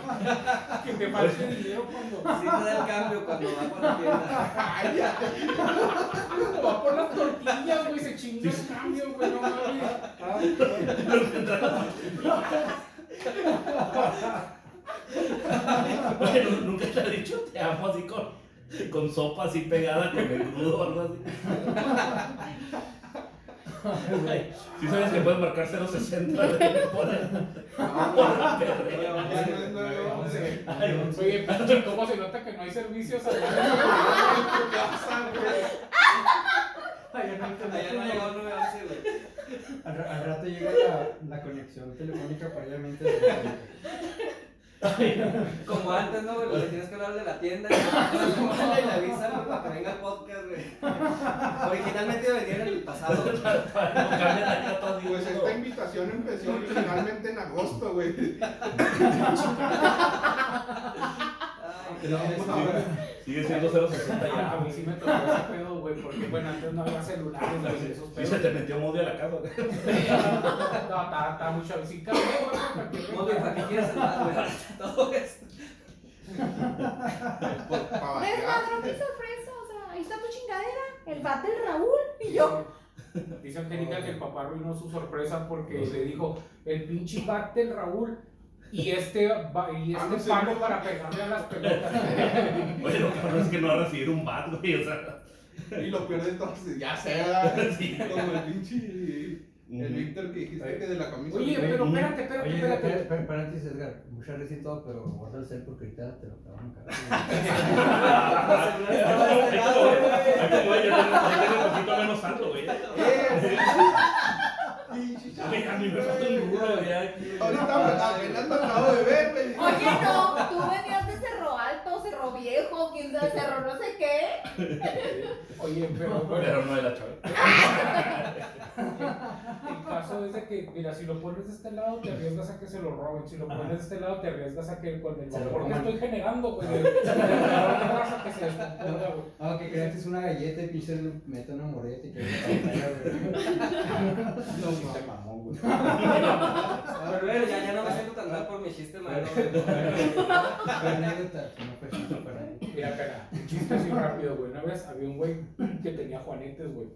Speaker 1: Que te falte el dinero cuando.
Speaker 8: Sí te da el cambio cuando va por la tienda.
Speaker 1: Ah, Va por las tortillas, güey, se chinga el cambio, güey, no mames.
Speaker 9: Oye, ¿nu- Nunca te ha dicho te amo así con, con sopa así pegada con el crudo o algo así. Si sabes que puedes marcar 060 de- por
Speaker 8: Oye, vamos a
Speaker 5: Ya no es nueve once.
Speaker 1: Oye, pinche, ¿cómo se nota que no hay servicios Ah, a la
Speaker 2: Allá no hay
Speaker 8: Allá no llegó
Speaker 2: teléfono.
Speaker 8: el 911, güey.
Speaker 2: Al ra- al rato llega la, la conexión telefónica para ir a mente telefónica.
Speaker 8: Como antes, ¿no, güey? Le tienes que hablar de la tienda. Y le avisan, güey, para que venga el podcast, güey. Originalmente venía en el pasado. güey.
Speaker 5: Pues esta invitación empezó originalmente en agosto, güey.
Speaker 8: Ay,
Speaker 2: No,
Speaker 8: güey.
Speaker 2: pues, ahora-
Speaker 9: Sigue siendo 060
Speaker 1: A
Speaker 9: ya.
Speaker 1: mí sí me tocó ese pedo, güey, porque bueno, antes no había celulares, güey, esos
Speaker 9: Y
Speaker 1: pedos.
Speaker 9: se te metió modio a la casa. güey.
Speaker 1: No, está, está mucho. Sí, cabrón, güey, cualquier
Speaker 8: No, güey,
Speaker 1: cosa.
Speaker 8: ¿para qué quieres hablar, güey? Todo esto.
Speaker 5: Para
Speaker 10: ¿Ves, agarró mi sorpresa, o sea, ahí está tu chingadera, el vato del Raúl y yo.
Speaker 1: Dice Angélica que el papá arruinó su sorpresa porque le dijo, el pinche bat del Raúl y este, ba- y
Speaker 5: Ah,
Speaker 1: este
Speaker 5: no sé.
Speaker 1: palo para pegarle a las pelotas.
Speaker 9: Oye, lo cabrón es que no ha recibido un bat, güey. O sea,
Speaker 5: Y lo peor de todo es, ya sea,
Speaker 9: Sí.
Speaker 5: como el pinche. El
Speaker 9: Ujú.
Speaker 5: Víctor que dijiste
Speaker 2: Oye.
Speaker 5: que de la camisa.
Speaker 1: Oye, pero espérate, espérate,
Speaker 2: Oye, espérate,
Speaker 1: espérate.
Speaker 2: espérate, paréntesis, Edgar. Muchas gracias y todo, pero guarda el cel porque ahorita te lo acaban de cagar.
Speaker 9: Ay, güey, ya tiene- ya tiene un poquito menos saldo, güey.
Speaker 5: ¡Eh! Pinche
Speaker 9: A mí, a mí me falta un duro, güey. aquí.
Speaker 5: Ahorita apenas me acabo de ver, güey.
Speaker 10: Oye, no, tú venías de Cerro Alto, Cerro Viejo, quién sabe, Cerro no sé qué.
Speaker 1: Oye, pero bueno,
Speaker 9: Pero no era chaval.
Speaker 1: el caso es de que, mira, si lo pones de este lado te arriesgas a que se lo roben, si lo pones de este lado te arriesgas a que con el
Speaker 2: Se lo
Speaker 1: vapor que
Speaker 2: coman.
Speaker 1: estoy generando, pues, güey, de- de la raza que se descomponga, güey.
Speaker 2: Ah, que creaste una galleta y pinche le mete una moreta y que No, no, se mamó, güey.
Speaker 8: Pero bueno, ya, ya no me siento tan mal por mi chiste malo.
Speaker 2: Fue anécdota, no fue chiste para mí.
Speaker 1: Mira, cara, un chiste así rápido, güey. Una vez había un güey que tenía juanetes, güey.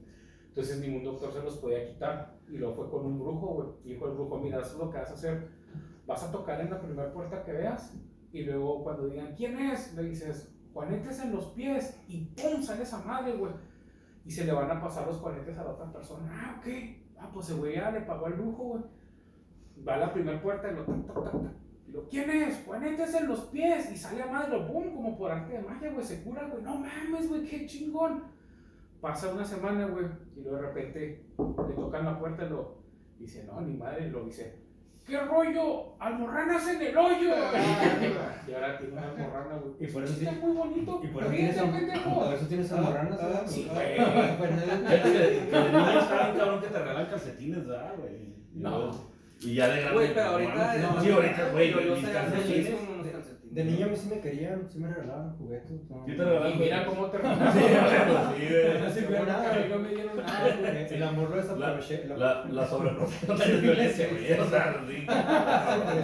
Speaker 1: Entonces ningún doctor se los podía quitar. Y lo fue con un brujo, güey. Y dijo el brujo, mira, eso es lo que vas a hacer. Vas a tocar en la primera puerta que veas. Y luego cuando digan, ¿quién es? Le dices, juanetes en los pies. Y ¡pum! Sale esa madre, güey. Y se le van a pasar los juanetes a la otra persona. Ah, ok. Ah, pues el güey ya le pagó al brujo, güey. Va a la primera puerta y lo tac, tac, tac, tac. Y lo, ¿quién es? Juanetes en los pies. Y sale a madre, boom, como por arte de magia, güey. Se cura, güey. No mames, güey, qué chingón. Pasa una semana, güey. Y luego de repente le tocan la puerta y lo dice, no, ni madre. Y lo dice, ¿qué rollo? Almorranas en el hoyo. y ahora tiene una almorrana, güey.
Speaker 2: Y por eso
Speaker 1: Está
Speaker 2: tienes-
Speaker 1: muy bonito.
Speaker 2: y por eso
Speaker 1: Ríete,
Speaker 2: tienes a
Speaker 1: pendejo.
Speaker 2: por eso tienes a
Speaker 5: Ah,
Speaker 2: Morranas, ¿verdad?
Speaker 1: Sí, güey.
Speaker 2: Fue
Speaker 9: Ya
Speaker 2: anécdota.
Speaker 9: te- que el niño está bien cabrón que te regalan calcetines, ¿verdad, güey? Y
Speaker 1: No.
Speaker 9: luego- Y ya de grande.
Speaker 8: Güey, pero
Speaker 9: como,
Speaker 8: ahorita.
Speaker 9: no,
Speaker 8: no,
Speaker 9: sí, ahorita, güey.
Speaker 8: Yo
Speaker 9: Yo
Speaker 8: yo sé hacer chistes
Speaker 9: calcetines.
Speaker 8: con unos calcetines.
Speaker 2: De niño a mí sí me querían, sí me regalaban juguetes. no.
Speaker 9: Yo te regalaba
Speaker 1: Y mira cómo terminó.
Speaker 9: Sí, güey, sí, güey.
Speaker 2: No
Speaker 1: Qué
Speaker 2: sirvió
Speaker 1: bueno que a mí
Speaker 2: nada.
Speaker 1: no me dieron nada, güey.
Speaker 2: El amor lo
Speaker 9: La,
Speaker 2: desaproveché. lo-
Speaker 9: la, la sobreprotección de la violencia, güey. O sea, sí.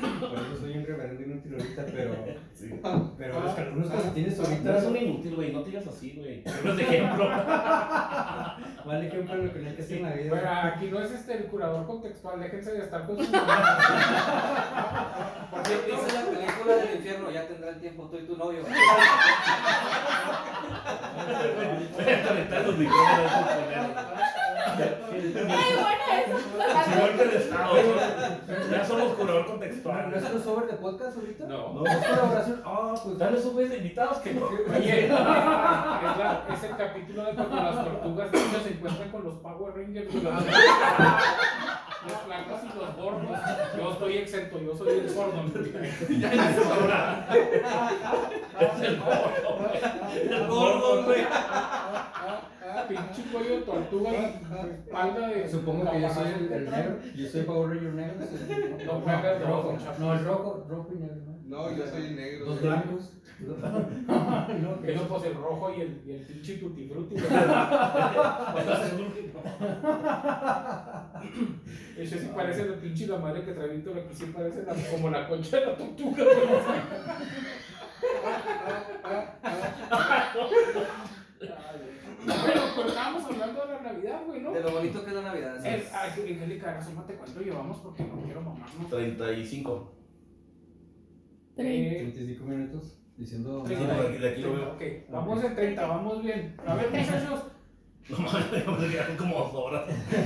Speaker 2: Por eso, por eso soy un reverendo inútil ahorita, pero,
Speaker 9: sí.
Speaker 2: pero los cal- unos calcetines
Speaker 9: No eres
Speaker 2: ahorita
Speaker 9: un inútil, güey. No te digas así, güey. No es ejemplo.
Speaker 2: vale que para lo que no hay que hacer en la
Speaker 1: Bueno,
Speaker 2: vida.
Speaker 1: aquí no es este el curador contextual, déjense de estar con su
Speaker 8: Por cierto, dice la película del infierno, ya tendrá el tiempo tú y tu novio.
Speaker 9: Voy a conectar los micrófonos antes de ponerlo.
Speaker 10: Ay, bueno,
Speaker 9: Si
Speaker 10: eso.
Speaker 9: golpe de estado. ¿no? Ya somos
Speaker 2: ¿No
Speaker 9: curador
Speaker 2: es
Speaker 9: contextual.
Speaker 2: crossover de podcast ahorita?
Speaker 1: No.
Speaker 2: ¿No es colaboración? Ah, pues
Speaker 9: Dale esos güeyes de invitados que no.
Speaker 1: Oye, es, la- es el capítulo de cuando las tortugas ninja se encuentran con los Power Rangers. güey. Los blancos y los gordos. Yo estoy exento, yo soy el Gordon.
Speaker 9: Ya ya se sobra. Es el gordo, güey. El gordo, güey.
Speaker 1: Pinche cuello de tortuga y espalda de.
Speaker 2: Supongo que yo soy el, el
Speaker 1: caparazón.
Speaker 2: negro. Yo soy Power Ranger negro. sí.
Speaker 1: No, blanco,
Speaker 2: el
Speaker 1: rojo.
Speaker 2: No, el rojo, rojo y negro.
Speaker 5: No, yo soy el negro.
Speaker 2: Los
Speaker 5: güey.
Speaker 2: blancos. No, que
Speaker 1: Pero pues el rojo y el, y el pinche tutti frutti. güey. Eso sí parece la pinche la madre que trae Víctor aquí, sí parece la- como la concha de la tortuga. güey. Bueno, pues estábamos hablando de la Navidad, güey, ¿no?
Speaker 8: De lo bonito que es la Navidad. así
Speaker 1: El,
Speaker 8: es.
Speaker 1: ay, Angélica, asómate cuánto llevamos porque no quiero mamarnos.
Speaker 9: 35.
Speaker 1: Eh,
Speaker 2: 35 minutos diciendo.
Speaker 1: Sí,
Speaker 2: nada.
Speaker 9: de aquí lo veo.
Speaker 1: ok, vamos en 30, vamos bien. A ver, muchachos.
Speaker 9: No mames, me quedaron como dos horas.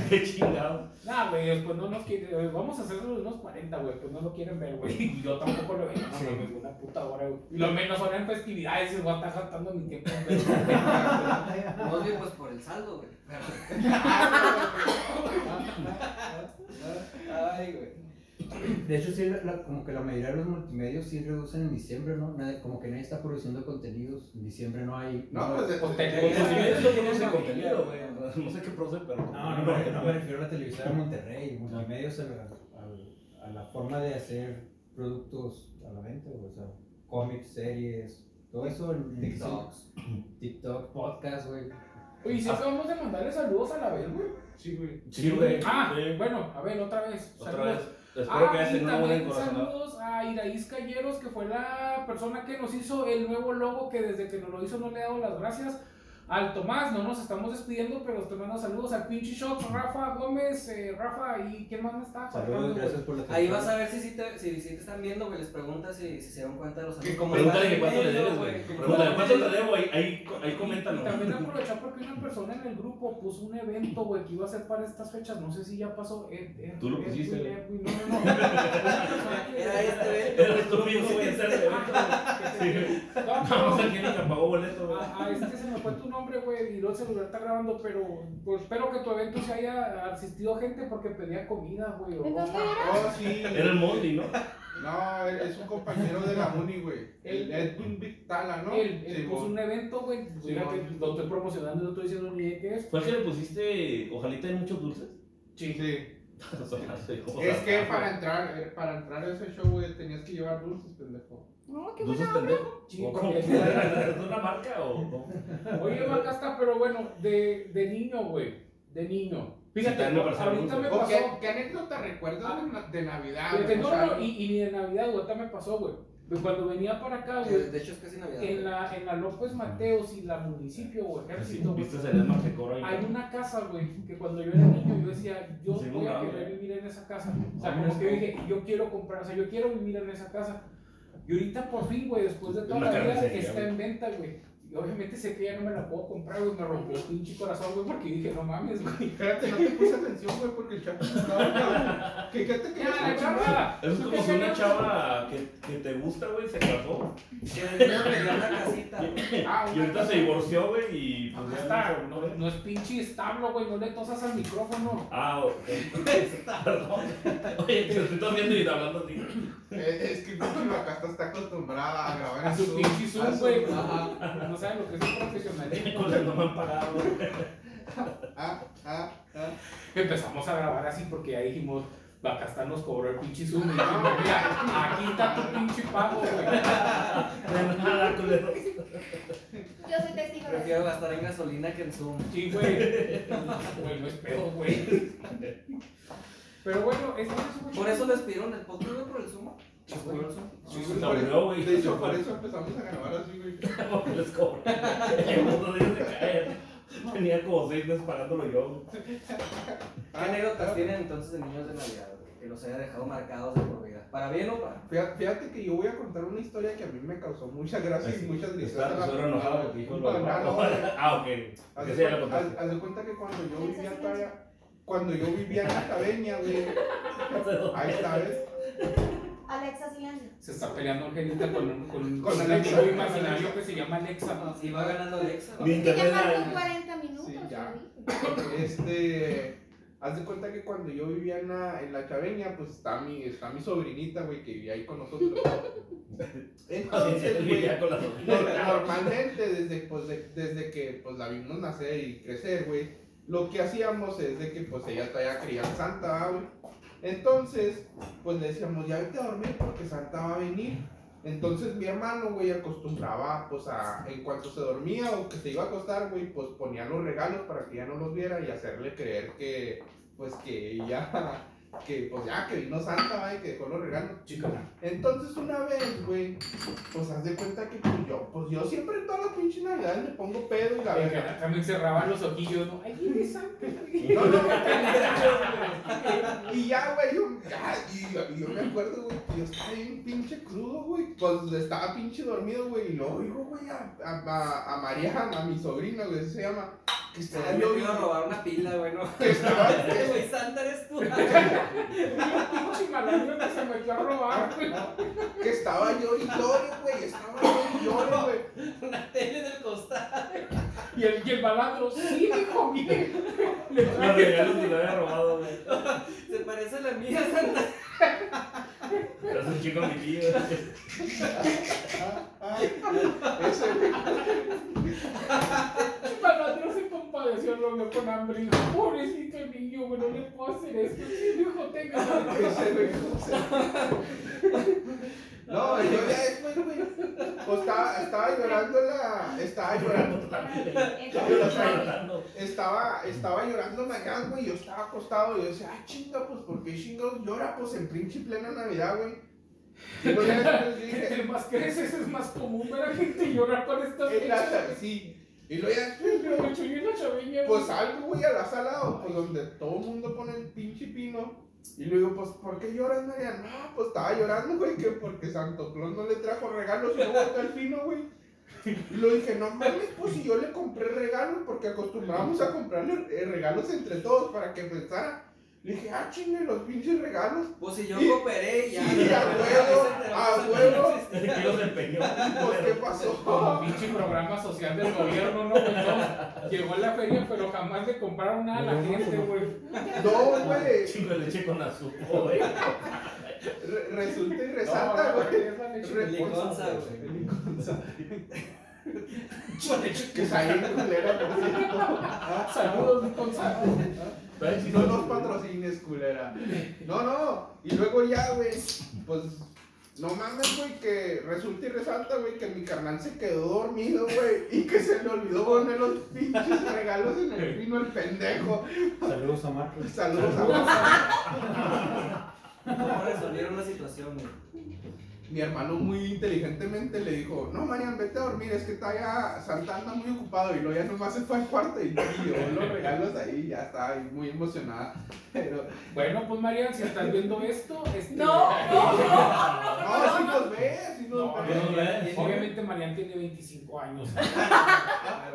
Speaker 9: Qué chingado.
Speaker 1: Nah, güey, después no nos quieren. Vamos a hacer unos 40, güey. Pues no lo quieren ver, güey. Y yo tampoco lo veía. No mames, güey, una puta hora, güey. Y lo menos ahora en festividades, se voy a estar gastando mi tiempo. güey.
Speaker 8: Más bien, pues por el saldo, güey. Ay, güey.
Speaker 2: De hecho, sí, la- la- como que la mayoría de los multimedios sí reducen en diciembre, ¿no? Nadie- como que nadie está produciendo contenidos. En diciembre no hay.
Speaker 5: No, pues de-
Speaker 1: Pues
Speaker 5: de-
Speaker 1: te-
Speaker 9: Pues si me lo produce contenido, güey. No sé qué produce, pero.
Speaker 2: No, no, me- no me refiero a la televisión de Monterrey, multimedios a la, al- a la forma de hacer productos a la venta, o sea, cómics, series, todo eso
Speaker 9: Mm,
Speaker 2: en TikTok, TikTok, podcast, güey.
Speaker 1: Oye, si acabamos de mandarle saludos a la vez, güey.
Speaker 5: Sí, güey.
Speaker 9: Sí, güey.
Speaker 1: Ah,
Speaker 9: Sí.
Speaker 1: bueno, a ver, otra vez.
Speaker 9: Otra
Speaker 1: saludos.
Speaker 9: vez. Espero que
Speaker 1: ah,
Speaker 9: hayas
Speaker 1: y
Speaker 9: tenido una buena
Speaker 1: también
Speaker 9: encorazonada.
Speaker 1: saludos a Iraíz Calleros, que fue la persona que nos hizo el nuevo logo, que desde que nos lo hizo no le he dado las gracias. Al Tomás, no nos estamos despidiendo, pero te mando saludos al pinche Shot, Rafa Gómez, eh, Rafa, ¿y quién más me está? faltando,
Speaker 2: Saludos,
Speaker 1: güey?
Speaker 2: gracias por la
Speaker 8: Ahí vas a ver si, sí te, si, si te están viendo, güey. Les preguntas si, si se dieron cuenta de los amigos. Como
Speaker 9: Pregúntale
Speaker 8: van
Speaker 9: que
Speaker 8: en
Speaker 9: cuánto le
Speaker 8: medio,
Speaker 9: debes, güey. Pregúntale cuánto le debo, ahí, ahí, ahí coméntalo.
Speaker 1: Y también aprovechar porque una persona en el grupo puso un evento, güey, que iba a ser para estas fechas. No sé si ya pasó. Eh, eh,
Speaker 9: Tú lo
Speaker 1: eh,
Speaker 9: pusiste,
Speaker 1: güey,
Speaker 9: güey.
Speaker 1: eh, güey, No, no, no. Una persona que-
Speaker 8: Era este, güey.
Speaker 9: Eres tú mismo, güey, en serio. Sí. Vamos a quien le pagó boleto, güey.
Speaker 1: Ah, ah, es que se me fue tu nombre, güey, y no el celular está grabando, pero pues, espero que tu evento se haya asistido gente porque pedía comida, güey. o-
Speaker 10: ¿En dónde era?
Speaker 5: Oh, sí.
Speaker 9: Era el Mondi, ¿no?
Speaker 5: No, él es un compañero de la uni, güey. El Edwin Victala, ¿no?
Speaker 1: Él, él
Speaker 5: Sí,
Speaker 1: puso
Speaker 5: güey.
Speaker 1: pues, un evento, güey.
Speaker 5: Sí,
Speaker 1: mira
Speaker 5: güey.
Speaker 1: que lo estoy promocionando, no estoy diciendo ni de qué es.
Speaker 9: ¿Fue el que le pusiste ojalita en muchos dulces?
Speaker 5: Sí.
Speaker 9: O sea, sí, o sea,
Speaker 5: Es que para entrar, eh, para entrar a ese show, güey, tenías que llevar dulces, pendejo.
Speaker 10: No, qué
Speaker 9: ¿Dulces
Speaker 10: buena onda.
Speaker 9: pendejo?
Speaker 1: Sí,
Speaker 9: ¿O
Speaker 1: porque-
Speaker 9: cómo? ¿Es una marca o cómo?
Speaker 1: Oye, acá está, pero bueno, de, de niño, güey. De niño.
Speaker 9: Sí,
Speaker 1: Fíjate,
Speaker 9: también me parece
Speaker 1: ahorita
Speaker 9: muy
Speaker 1: me
Speaker 5: ¿O
Speaker 1: pasó.
Speaker 5: ¿Qué, qué anécdota recuerdas de, na- de Navidad? güey?
Speaker 1: Fíjate,
Speaker 5: O
Speaker 1: no,
Speaker 5: sea,
Speaker 1: no, y, y ni de Navidad, güey, ahorita me pasó, güey. Pues Cuando venía para acá,
Speaker 3: Ah,
Speaker 1: güey,
Speaker 8: De hecho, es casi Navidad.
Speaker 1: en la, en la López Mateos y la municipio, o
Speaker 9: Sí,
Speaker 1: ejército, güey.
Speaker 9: viste el más de coro ahí.
Speaker 1: Hay una casa, güey, que cuando yo era niño yo decía, yo
Speaker 9: Sí,
Speaker 1: voy a
Speaker 9: claro,
Speaker 1: querer
Speaker 9: güey.
Speaker 1: vivir en esa casa. O sea,
Speaker 9: Ah,
Speaker 1: como
Speaker 9: ok.
Speaker 1: que dije, yo quiero comprar, o sea, yo quiero vivir en esa casa. Y ahorita por fin, güey, después de toda
Speaker 9: Una
Speaker 1: la vida,
Speaker 9: carnicería,
Speaker 1: está
Speaker 9: güey.
Speaker 1: en venta, güey. Y obviamente sé que ya no me la puedo comprar, güey, me rompió el pinche corazón, güey, porque dije, no mames, güey.
Speaker 5: Espérate, no te puse atención, güey, porque el chapo estaba cabrón. ¿Qué, qué te
Speaker 1: Ya,
Speaker 5: querías
Speaker 1: la
Speaker 5: escuchar?
Speaker 1: chava.
Speaker 9: Eso es como si una chava que, que te gusta, güey, se casó.
Speaker 8: Que de niño pedía una casita, güey.
Speaker 5: Ah,
Speaker 9: Y
Speaker 5: una
Speaker 9: ahorita
Speaker 5: cosa.
Speaker 9: se divorció, güey, y pues
Speaker 1: Acá
Speaker 9: ya
Speaker 1: está,
Speaker 9: no-
Speaker 1: no, no es pinche establo, güey, no le tosas al micrófono.
Speaker 9: Ah, ok. Perdón. Oye, te estoy viendo y hablando a ti.
Speaker 5: Eh, Es que pinche Bacasta está acostumbrada a grabar
Speaker 1: A
Speaker 5: en
Speaker 1: su pinche
Speaker 5: a
Speaker 1: Zoom,
Speaker 5: su-
Speaker 1: güey.
Speaker 5: Ajá.
Speaker 1: No saben lo que es un profesionalismo.
Speaker 9: Con no me han pagado. güey.
Speaker 5: Ah, ah, ah.
Speaker 1: Empezamos a grabar así porque ya dijimos, Bacastán nos cobró el pinche Zoom. Y dijimos, mira, aquí está tu pinche pago, güey.
Speaker 9: De nada, culero.
Speaker 10: Yo soy testigo de eso.
Speaker 8: Prefiero gastar en gasolina que en Zoom.
Speaker 1: Sí, güey. Güey, no es pedo, güey. Pero bueno, es
Speaker 8: Por eso les pidieron el podcast, güey, por el Zoom.
Speaker 1: Sí, güey.
Speaker 5: Sí,
Speaker 9: Se
Speaker 5: güey, por
Speaker 9: abrió,
Speaker 5: eso-
Speaker 9: güey.
Speaker 5: De hecho, por eso empezamos a grabar así, güey.
Speaker 9: Porque les cobro. El mundo de ellos se cae. Tenía como seis meses pagándolo yo. güey.
Speaker 8: ¿Qué
Speaker 9: Ah,
Speaker 8: anécdotas tienen entonces de niños de Navidad, güey? Que los haya dejado marcados de por vida. ¿Para bien o para?
Speaker 5: Fíjate, fíjate que yo voy a contar una historia que a mí me causó muchas gracias y muchas
Speaker 9: Está
Speaker 5: risas.
Speaker 9: tu suegro pues, enojado porque dijo lo de
Speaker 5: No, no, no.
Speaker 9: Ah, ok.
Speaker 5: Haz
Speaker 9: Que
Speaker 5: de
Speaker 9: sí, ya
Speaker 5: cuen-
Speaker 9: la
Speaker 5: haz-
Speaker 9: contaste.
Speaker 5: haz de cuenta que cuando yo vivía todavía- cuando yo vivía en la cabeña, güey, ahí está, ¿ves?
Speaker 10: Alexa, silencio.
Speaker 1: Se está peleando Angelita con un, con un,
Speaker 5: Con
Speaker 1: con un
Speaker 5: Alexa.
Speaker 1: amigo imaginario que se llama Alexa.
Speaker 8: Si va ganando Alexa,
Speaker 9: Mi
Speaker 8: güey.
Speaker 10: Es que ya
Speaker 9: internet
Speaker 10: marcó
Speaker 9: era-
Speaker 10: 40 minutos.
Speaker 5: Sí, ya.
Speaker 10: ya.
Speaker 5: Este, haz de cuenta que cuando yo vivía en la, en la chaveña, pues está mi, está mi sobrinita, güey, que vivía ahí con nosotros. Entonces, pues, güey,
Speaker 9: Vivía con la
Speaker 5: nor- normalmente desde, pues, de- desde que pues, la vimos nacer y crecer, güey, lo que hacíamos es de que pues ella todavía creía en Santa, ¿va, güey. Entonces, pues le decíamos, ya vete a dormir porque Santa va a venir. Entonces mi hermano, güey, acostumbraba, pues, a, en cuanto se dormía o que se iba a acostar, güey, pues ponía los regalos para que ella no los viera y hacerle creer que, pues, que ella, que, pues, ya, que vino Santa, ¿va? y que dejó los regalos.
Speaker 1: Chica,
Speaker 5: Entonces una vez, güey, pues haz de cuenta que pues, yo, pues yo siempre en todas las pinches navidades me pongo pedo y
Speaker 1: la
Speaker 5: la verga.
Speaker 1: cara también cerraban los ojillos, ¿no? Ay, ¿quién es esa?
Speaker 5: No, no, no. y ya, güey, yo, ya, y, y yo me acuerdo, güey, que yo estaba bien pinche crudo, güey. Pues estaba pinche dormido, güey, y luego digo, güey, a, a, a, a María, a mi sobrina, güey, así se llama, que
Speaker 8: Se
Speaker 5: estaba
Speaker 8: le
Speaker 5: yo
Speaker 8: iba a
Speaker 5: bien-
Speaker 8: robar una pila, güey, ¿no?
Speaker 5: que estaba,
Speaker 8: Este güey, Santa eres tú.
Speaker 1: Pinche malandro que se metió a robar, güey.
Speaker 5: que estaba yo y llore, güey, estaba yo y llore, güey.
Speaker 8: Una tele del costado.
Speaker 1: Y el, y el malandro, sí, hijo, mire. Le
Speaker 9: Los
Speaker 1: traje
Speaker 9: regalos que le había robado, güey.
Speaker 8: Se parece a la mía, Santa.
Speaker 9: Es un chico mi tío.
Speaker 5: Ese, güey.
Speaker 1: El malandro se compadeció, lo vio con hambre. y dijo, Pobrecito el niño, güey, no le puedo hacer esto. Sí, hijo, tenga.
Speaker 5: Ese, güey, o sea. No, y yo ya después, güey. O estaba, estaba Pues llorando la. Estaba llorando. Estaba, estaba llorando Nayan, güey. Yo estaba acostado. Y yo decía, ah, chinga, pues, ¿por qué chingados llora? Pues en pinche plena Navidad, güey. Y luego ya después dije,
Speaker 1: Entre más creces es más común ver a gente llorar para estas
Speaker 5: en la
Speaker 1: fechas.
Speaker 5: sala, sí. Y luego ya después,
Speaker 1: Pero
Speaker 5: güey,
Speaker 1: me chulé una chaviña, güey.
Speaker 5: pues salgo, güey, a la sala, o, pues donde todo el mundo pone el pinche pino. Y le digo, pues, ¿por qué lloras, Nayan? No, pues estaba llorando, güey, que porque Santo Claus no le trajo regalos y no botó el pino, güey. Y lo dije, no mames, pues si yo le compré regalos, porque acostumbrábamos a comprarle eh, regalos entre todos para que pensara. Le dije, ah, chingue, los pinches regalos.
Speaker 8: Pues si yo
Speaker 5: Y-
Speaker 8: cooperé, ya.
Speaker 5: Sí, a huevo, a huevo.
Speaker 9: que los empeñó.
Speaker 5: Pues, ¿qué
Speaker 1: Como
Speaker 5: pasó?
Speaker 1: pinche programa social del gobierno, ¿no? güey? No, Llegó a la feria, pero jamás le compraron nada a la gente, güey.
Speaker 5: No, güey.
Speaker 9: Chingo de leche con azúcar, güey.
Speaker 5: Re- resulta y
Speaker 1: No,
Speaker 5: resalta,
Speaker 1: no,
Speaker 5: güey.
Speaker 1: es la leche.
Speaker 8: Liconza,
Speaker 5: Reconza,
Speaker 8: güey.
Speaker 5: Que salí culera, por cierto.
Speaker 1: Saludos, Liconza.
Speaker 9: Pero si
Speaker 5: No nos patrocines, culera. No, no. Y luego ya, güey. Pues. No mames, güey, que resulta y resalta, güey, que mi carnal se quedó dormido, güey, y que se le olvidó poner los pinches regalos en el vino el pendejo.
Speaker 2: Saludos a Marcos.
Speaker 5: Saludos a Marco.
Speaker 8: ¿Cómo resolvieron la situación, güey?
Speaker 5: Mi hermano muy inteligentemente le dijo, no, Marian, vete a dormir, es que está ya Santa anda muy ocupado, y luego ya nomás se fue al cuarto y yo los regalos ahí, ya estaba ahí muy emocionada. Pero,
Speaker 1: Bueno, pues Marian, si estás viendo esto, este...
Speaker 10: No, no, no,
Speaker 5: no,
Speaker 10: no, no,
Speaker 5: si
Speaker 10: no.
Speaker 5: nos ve, si nos
Speaker 1: No,
Speaker 5: ve.
Speaker 1: no,
Speaker 9: ves.
Speaker 1: no. Obviamente Marian tiene 25 años.
Speaker 5: Ah,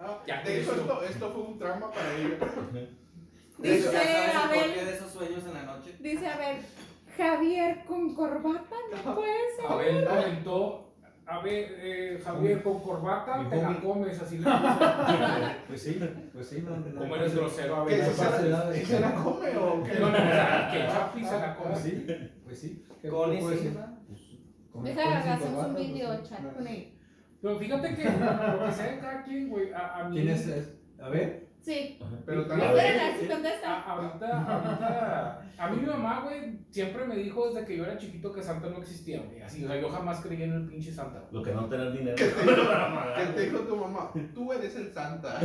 Speaker 5: ah,
Speaker 1: Ya
Speaker 5: de hecho,
Speaker 1: creció.
Speaker 5: esto, esto fue un trauma para ella.
Speaker 8: De hecho, ya
Speaker 10: Dice,
Speaker 8: sabes
Speaker 10: a
Speaker 8: el
Speaker 10: ver.
Speaker 8: porqué de esos sueños en la noche.
Speaker 10: Dice, a ver, Javier con corbata, no puede ser.
Speaker 1: Abel comentó, Abel, eh, Javier, con corbata
Speaker 2: Mi
Speaker 1: te la
Speaker 2: homie.
Speaker 1: comes, así le puso.
Speaker 2: Pues sí, pues sí. No,
Speaker 1: Como eres grosero,
Speaker 5: ¿Qué,
Speaker 1: Abel.
Speaker 5: ¿Se,
Speaker 2: Ahí
Speaker 5: se,
Speaker 2: pasa el
Speaker 5: la,
Speaker 2: lado de-
Speaker 5: ¿Se la come o qué?
Speaker 1: No, no, o sea, que Chapi se la come.
Speaker 2: Pues sí, pues sí. ¿Qué
Speaker 8: Con
Speaker 2: puedo
Speaker 8: y
Speaker 2: decir?
Speaker 8: sin.
Speaker 2: Pues, con-
Speaker 10: Deja
Speaker 2: con
Speaker 10: de
Speaker 2: y sin
Speaker 10: hacemos un
Speaker 2: corbata,
Speaker 10: video
Speaker 2: pues,
Speaker 10: chat
Speaker 2: nada.
Speaker 10: con él.
Speaker 1: Pero fíjate que, lo que sea de cada quien, güey, a, a mí...
Speaker 2: ¿Quién es? es- eh, A ver.
Speaker 10: Sí.
Speaker 5: Pero tan
Speaker 10: Espérate, a ver si contesta.
Speaker 1: A- ahorita, ahorita, a mí mi mamá, güey, siempre me dijo desde que yo era chiquito que Santa no existía, güey. Así, o sea, yo jamás creí en el pinche Santa. güey.
Speaker 9: Lo que no tener dinero
Speaker 5: ¿Qué te dijo-
Speaker 9: para
Speaker 5: ¿Qué
Speaker 9: pagar.
Speaker 5: te dijo tu mamá? Tú eres el santa.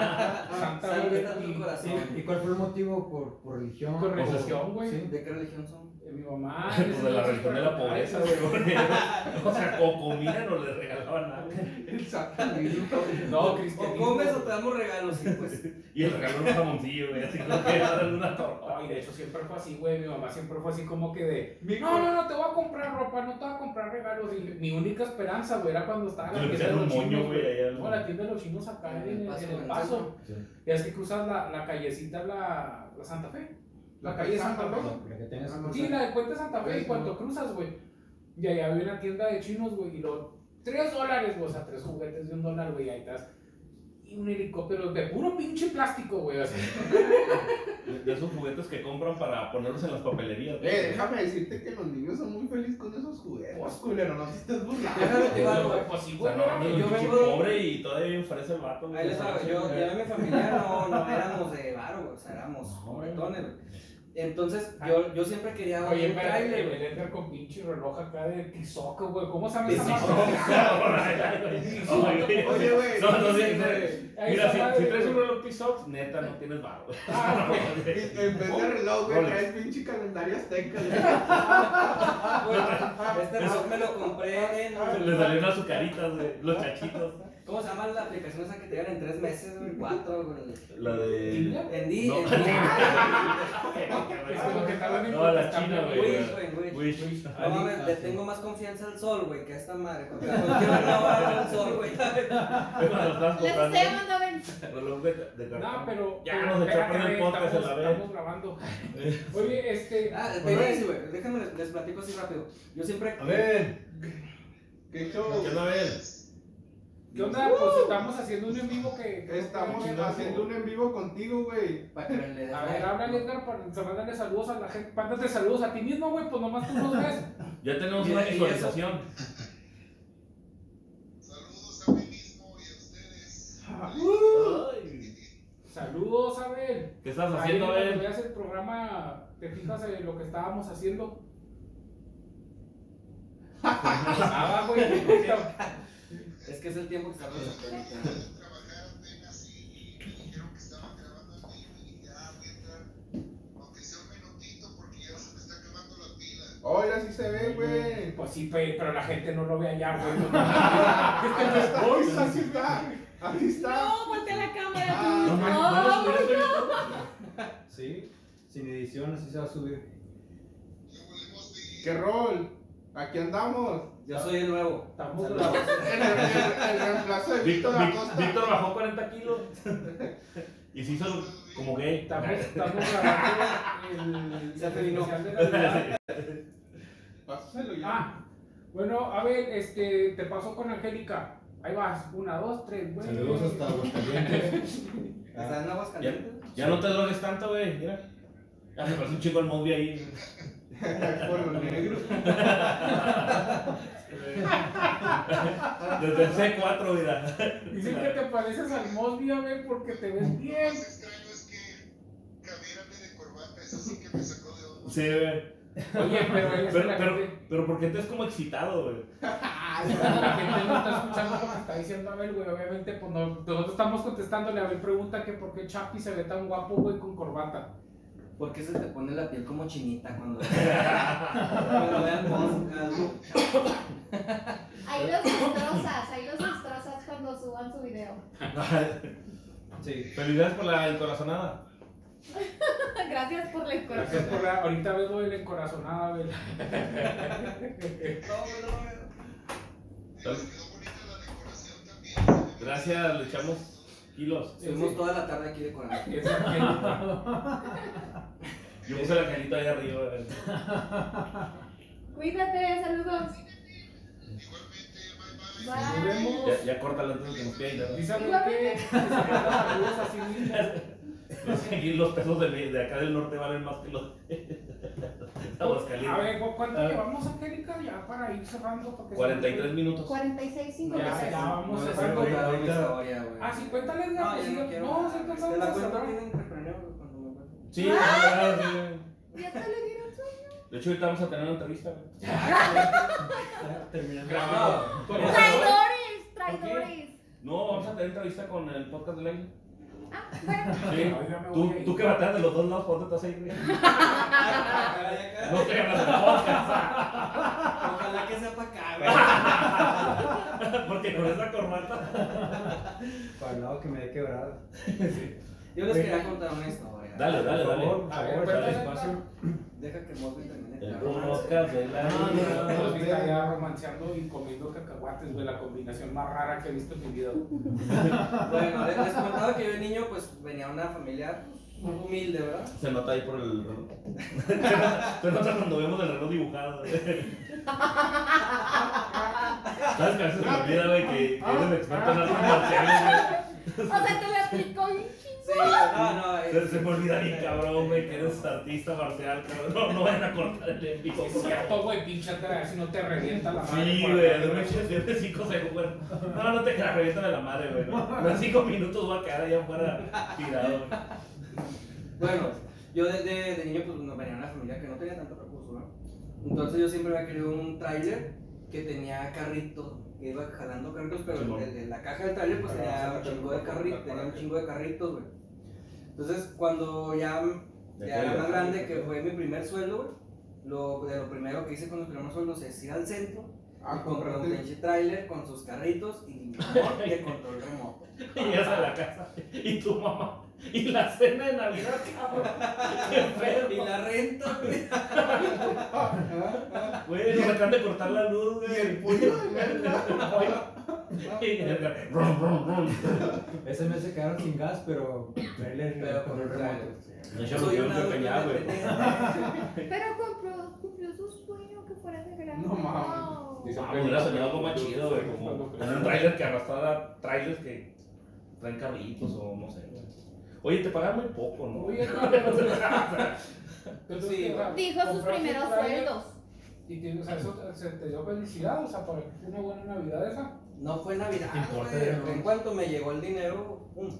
Speaker 1: Santa,
Speaker 8: Santa
Speaker 1: güey,
Speaker 8: está en tu
Speaker 1: y-
Speaker 8: corazón.
Speaker 2: ¿Y cuál fue el motivo? ¿Por, por religión?
Speaker 1: Por
Speaker 2: ¿O-
Speaker 1: religión, güey.
Speaker 2: Pues Sí.
Speaker 8: ¿De qué religión son?
Speaker 1: eh, Mi mamá. en
Speaker 9: Pues
Speaker 1: ese
Speaker 9: de la
Speaker 1: entonces,
Speaker 9: religión de la
Speaker 1: pero-
Speaker 9: pobreza, güey. O sea, o comida no le regalaban nada.
Speaker 5: El santa.
Speaker 1: No,
Speaker 8: O
Speaker 1: cristianismo.
Speaker 8: comes o te damos regalos, sí, pues.
Speaker 9: Y el regalo era un jamoncillo, güey. Así como que era una torta.
Speaker 1: Ay, de hecho siempre fue así, güey. Mi mamá siempre fue así como que de.
Speaker 5: Mi
Speaker 1: No, no, no, te voy a comprar ropa, no te voy a comprar regalos. Y mi única esperanza, güey, era cuando estaba
Speaker 9: Te lo
Speaker 1: la tienda de
Speaker 9: echaron
Speaker 1: los
Speaker 9: un moño,
Speaker 1: chinos.
Speaker 9: güey, allá
Speaker 1: güey.
Speaker 9: al-
Speaker 1: No, la tienda de los chinos acá en, el- en el paso.
Speaker 9: Sí.
Speaker 1: Ya es que cruzas la, la callecita, la, la Santa Fe. La,
Speaker 5: La
Speaker 1: calle
Speaker 5: calle
Speaker 1: Santa
Speaker 5: Santa
Speaker 1: Fe.
Speaker 2: No, la que tienes-
Speaker 5: Ah, no,
Speaker 1: Sí, la de Puente Santa Fe,
Speaker 5: Pues,
Speaker 1: en cuanto
Speaker 5: no.
Speaker 1: cruzas, güey. Y allá había una tienda de chinos, güey, y los tres dólares, güey, o sea, tres juguetes de un dólar, güey, ahí estás. Y un helicóptero de puro pinche plástico, güey, así.
Speaker 9: De- De esos juguetes que compran para ponerlos en las papelerías. güey.
Speaker 5: Eh, déjame decirte que los niños son muy felices con esos juguetes. Pues, culero, no te estés burlando.
Speaker 8: Déjame te digo algo.
Speaker 1: Pues sí,
Speaker 9: O sea,
Speaker 1: güey,
Speaker 9: no,
Speaker 1: no,
Speaker 9: mames,
Speaker 8: yo
Speaker 9: un pinche
Speaker 8: vengo-
Speaker 9: pobre y todavía bien fresa el vato. güey.
Speaker 8: Ahí les va, yo,
Speaker 9: Sí,
Speaker 8: yo en mi familia no, no éramos de varo, güey, o sea, éramos pobretones, güey. Entonces, yo, yo siempre quería
Speaker 1: Oye,
Speaker 8: un
Speaker 1: espérate,
Speaker 8: trailer,
Speaker 1: el
Speaker 8: güey.
Speaker 1: Ender con pinche reloj acá de Tizoco, güey. ¿Cómo
Speaker 9: Sí,
Speaker 1: sabes
Speaker 9: sí,
Speaker 1: esa
Speaker 9: sí,
Speaker 1: madre?
Speaker 9: sí, sí, sí.
Speaker 5: Oye, güey.
Speaker 9: No, no, sí,
Speaker 1: Sí,
Speaker 9: sí.
Speaker 1: güey.
Speaker 9: Mira,
Speaker 1: Esa
Speaker 9: si,
Speaker 1: madre,
Speaker 9: si traes un
Speaker 1: güey.
Speaker 9: reloj pisox, neta, no tienes barro. güey.
Speaker 1: Ah, güey.
Speaker 5: En vez de reloj, güey,
Speaker 9: Rolex.
Speaker 5: traes pinche calendario azteca. güey.
Speaker 8: Güey, Este reloj me lo compré en...
Speaker 9: Le salieron azucaritas, güey, los chachitos.
Speaker 8: ¿Cómo se llama la aplicación esa que te llegan en tres meses, güey? Cuatro, güey.
Speaker 9: La de.
Speaker 1: ¿Tinder?
Speaker 8: En Di,
Speaker 9: No.
Speaker 8: en Di.
Speaker 1: Eso es lo que tardan en
Speaker 9: No, la
Speaker 1: contestar,
Speaker 9: china, güey.
Speaker 8: Wish, güey, Wish.
Speaker 9: Wish.
Speaker 8: No mames, le tengo más confianza al sol, güey, que a esta madre. Porque no quiero grabar al sol, güey.
Speaker 9: Es cuando estás
Speaker 10: Les
Speaker 9: comprando.
Speaker 10: estoy mandando el
Speaker 9: Reloj de, de cartón.
Speaker 1: No, pero.
Speaker 9: Ya
Speaker 1: pero
Speaker 9: nos echó a
Speaker 1: espérate,
Speaker 9: perder el
Speaker 1: güey,
Speaker 9: podcast a la
Speaker 1: estamos-
Speaker 9: vez.
Speaker 1: Estamos grabando. Oye, este.
Speaker 8: Ah, te
Speaker 1: oye,
Speaker 8: iba a decir, güey, déjenme les, les platico así rápido. Yo siempre...
Speaker 2: eh. A ver.
Speaker 5: ¿Qué
Speaker 9: ¿Qué
Speaker 5: show?
Speaker 9: onda, Abel?
Speaker 1: ¿Qué onda? Pues estamos haciendo un en vivo que. que-
Speaker 5: Estamos
Speaker 1: que-
Speaker 5: haciendo un en vivo contigo, güey.
Speaker 8: Para que le des
Speaker 1: A ver,
Speaker 8: like.
Speaker 1: háblale, Edgar, para para mandarle saludos a la gente. Mándate saludos a ti mismo, güey, pues nomás tú nos ves.
Speaker 9: Ya tenemos
Speaker 8: Y-
Speaker 9: una
Speaker 8: y eso-
Speaker 9: visualización.
Speaker 11: Saludos a mí mismo y a ustedes.
Speaker 9: Ay,
Speaker 1: Saludos, Abel.
Speaker 9: ¿Qué estás
Speaker 1: Ahí
Speaker 9: haciendo,
Speaker 1: cuando
Speaker 9: Abel?
Speaker 1: veas el programa, te fijas en lo que estábamos haciendo. Ah, güey, neta.
Speaker 8: Es que es el tiempo que está ahorita.
Speaker 5: Ahora sí se ve, güey.
Speaker 1: Pues sí, pe- pero la gente no lo ve allá, güey.
Speaker 5: Aquí está, aquí está. Aquí está.
Speaker 10: No, voltea la
Speaker 5: Ah,
Speaker 1: no,
Speaker 10: cámara.
Speaker 1: no,
Speaker 10: güey,
Speaker 1: no,
Speaker 10: no.
Speaker 2: Sí, sin edición, así se va a subir.
Speaker 5: ¿Qué rol? Aquí andamos.
Speaker 8: Yo soy el nuevo.
Speaker 1: Estamos
Speaker 8: Saludos.
Speaker 1: grabados.
Speaker 5: El, el- el reemplazo de Víctor
Speaker 9: Víctor, Víctor,
Speaker 5: Acosta.
Speaker 9: Víctor bajó 40 kilos y se hizo como gay.
Speaker 1: Estamos, estamos grabando el,
Speaker 8: Se afeminó.
Speaker 1: especial de Navidad.
Speaker 5: Pásaselo ya.
Speaker 1: Ah, bueno, a ver, este, te paso con Angélica. Ahí vas, una, dos, tres, güey.
Speaker 2: Saludos hasta Aguascalientes. Ah,
Speaker 8: ¿Estás en
Speaker 9: Ya,
Speaker 8: Aguascalientes?
Speaker 9: ya no te drogues tanto, güey. Mira. Ya se parece un chico al Moby ahí.
Speaker 5: Por lo negro.
Speaker 9: Desde C4, mira.
Speaker 1: Dicen que te pareces al Mosby, a ver, porque te ves bien.
Speaker 11: más extraño es que Javier ande de corbata, eso sí que me sacó de onda.
Speaker 9: Sí, güey.
Speaker 1: Oye, pero ahí
Speaker 9: Pero,
Speaker 1: está la
Speaker 9: pero,
Speaker 1: gente.
Speaker 9: pero porque te es como excitado, güey.
Speaker 1: Ah, La gente no está escuchando lo que está diciendo Abel, güey. Obviamente, pues no- nosotros estamos contestándole a Abel pregunta que por qué Chapi se ve tan guapo, güey, con corbata.
Speaker 8: ¿Por qué se te pone la piel como chinita cuando cuando vean podcast?
Speaker 10: Ahí los destrozas, ahí los destrozas cuando suban su video.
Speaker 2: Sí.
Speaker 9: Felicidades por la encorazonada.
Speaker 10: Gracias por la
Speaker 1: Gracias
Speaker 10: encuesta.
Speaker 1: por la- Ahorita veo el encorazonada, Abel.
Speaker 11: Les quedó bonita la decoración también.
Speaker 9: Gracias, le echamos kilos.
Speaker 8: Estuvimos toda la tarde aquí decorando.
Speaker 1: Esa gente-
Speaker 9: Yo puse la canita ahí arriba. güey.
Speaker 10: Cuídate, saludos.
Speaker 11: Igualmente, bye bye.
Speaker 1: Nos
Speaker 10: Bye.
Speaker 1: vemos.
Speaker 9: Ya, ya córtala antes de que nos piden. ya,
Speaker 1: Dice Abel que se manda saludos a sí mismo.
Speaker 9: ¿no? Es que Aquí los pesos de, de acá del norte valen más que los de
Speaker 1: A
Speaker 9: Aguascalientes.
Speaker 1: ver, ¿cu- ¿cuánto
Speaker 9: A
Speaker 8: Ah.
Speaker 9: ver.
Speaker 1: llevamos, Angélica? Ya para ir cerrando. Porque
Speaker 9: 43 minutos.
Speaker 10: 46,
Speaker 8: No les he-
Speaker 1: Ya,
Speaker 10: cincuenta.
Speaker 1: vamos
Speaker 8: no les he
Speaker 1: cerrando.
Speaker 8: contado mi historia, güey.
Speaker 1: Ah, sí, cuéntales,
Speaker 8: No,
Speaker 1: güey,
Speaker 8: ya
Speaker 1: sí,
Speaker 8: no quiero.
Speaker 1: No, sí, alcanzamos
Speaker 8: Te la
Speaker 1: a
Speaker 8: cuento
Speaker 1: cerrar.
Speaker 8: bien entrepreneur, güey, cuando me acuerdo.
Speaker 9: Sí, ah, sí.
Speaker 10: ¿Ya te le dieron su?
Speaker 9: De hecho, ahorita vamos a tener una entrevista. güey.
Speaker 2: Terminando.
Speaker 9: Grabado. Con-
Speaker 10: Traidores, traidores.
Speaker 9: No, vamos a tener entrevista con el podcast del aire.
Speaker 10: Ah, bueno.
Speaker 9: Sí. Tú, tú que bateas de los dos lados, ¿por dónde estás ahí? güey? No estoy hablando de podcast.
Speaker 8: Ojalá que sea para acá, güey.
Speaker 9: Porque con esa corbata.
Speaker 2: Para el lado que me he quebrado.
Speaker 8: Yo les quería contar una historia.
Speaker 9: Dale, dale,
Speaker 2: Por
Speaker 9: dale.
Speaker 2: favor, por
Speaker 1: A ver,
Speaker 2: favor, dale
Speaker 1: cuéntale.
Speaker 2: espacio.
Speaker 8: Deja que Mosby termine.
Speaker 9: El
Speaker 8: romance.
Speaker 9: podcast del
Speaker 1: Ah,
Speaker 9: aire.
Speaker 1: los vi allá romanceando y comiendo cacahuates, güey, la combinación más rara que he visto en mi vida. güey.
Speaker 8: Bueno, les les contaba que yo de niño pues venía de una familia muy humilde, ¿verdad?
Speaker 9: Se nota ahí por el reloj. Se nota cuando vemos el reloj dibujado. güey. ¿Sabes que a veces me olvida, güey, que que eres experto en artes marciales,
Speaker 10: O sea, te la aplicó bien chingón.
Speaker 8: Sí, no, no.
Speaker 9: güey?
Speaker 8: eh,
Speaker 9: Se, se me olvida bien, cabrón, güey, que eres artista marcial, cabrón. No, no vayan a cortar el envío.
Speaker 1: Es cierto, güey, pinche atrás, si no te revienta la madre.
Speaker 9: Sí,
Speaker 1: por
Speaker 9: güey,
Speaker 1: acá,
Speaker 9: no me eches siete, cinco segundos. No, no te creas, revienta de la madre, güey. No, en cinco minutos voy a quedar allá afuera tirado, güey.
Speaker 8: Bueno, yo desde de niño pues no venía de una familia que no tenía tanto recurso, ¿no? Entonces yo siempre había querido un tráiler que tenía carritos, que iba jalando carritos, pero
Speaker 9: Simón.
Speaker 8: el de la caja del tráiler pues
Speaker 2: Pero
Speaker 8: tenía
Speaker 2: vamos a
Speaker 8: un chingo de
Speaker 2: echar
Speaker 8: carritos,
Speaker 2: por
Speaker 8: tenía un
Speaker 2: acá.
Speaker 8: chingo de carritos, güey. Entonces cuando ya,
Speaker 9: Ya
Speaker 8: ya era
Speaker 9: te-
Speaker 8: más grande, que fue mi primer sueldo, güey, lo, de lo primero que hice cuando mi primer sueldo es ir al centro,
Speaker 5: A
Speaker 8: y comprar un
Speaker 5: comprarte.
Speaker 8: pinche tráiler con sus carritos y mi amor de control remoto.
Speaker 9: Llegas a la casa y tu mamá. Y la cena de Navidad, cabrón. Qué
Speaker 8: Y
Speaker 9: feo.
Speaker 8: la renta, güey.
Speaker 9: Güey, nos acaban de cortar la luz, güey. Y el puño de verga. Rum, rum, rum.
Speaker 2: Ese mes se quedaron sin gas, pero trailer
Speaker 8: Pero con
Speaker 2: el
Speaker 8: el
Speaker 2: remoto.
Speaker 9: Yo ya lo quiero
Speaker 8: adulto
Speaker 9: desempeñar, güey.
Speaker 8: independiente.
Speaker 10: Pero compró, cumplió su sueño que fuera de grande.
Speaker 5: No mames.
Speaker 10: Wow.
Speaker 1: Dice,
Speaker 9: Ah, me hubiera soñado algo más chido, güey. Como como un trailer que arrastrara trailers que traen carritos o no sé, güey. Oye, te pagan muy poco, ¿no?
Speaker 1: Oye, no, pero- Entonces,
Speaker 8: Sí,
Speaker 1: ¿qué tal?
Speaker 10: Dijo sus
Speaker 1: Compraste
Speaker 10: primeros
Speaker 1: un tráiler
Speaker 10: sueldos.
Speaker 1: Y te, o sea, eso se te dio felicidad, o sea, para que fue una buena Navidad esa.
Speaker 8: No fue Navidad,
Speaker 2: Importa,
Speaker 8: güey.
Speaker 2: ¿no?
Speaker 8: En cuanto me llegó el dinero, pum.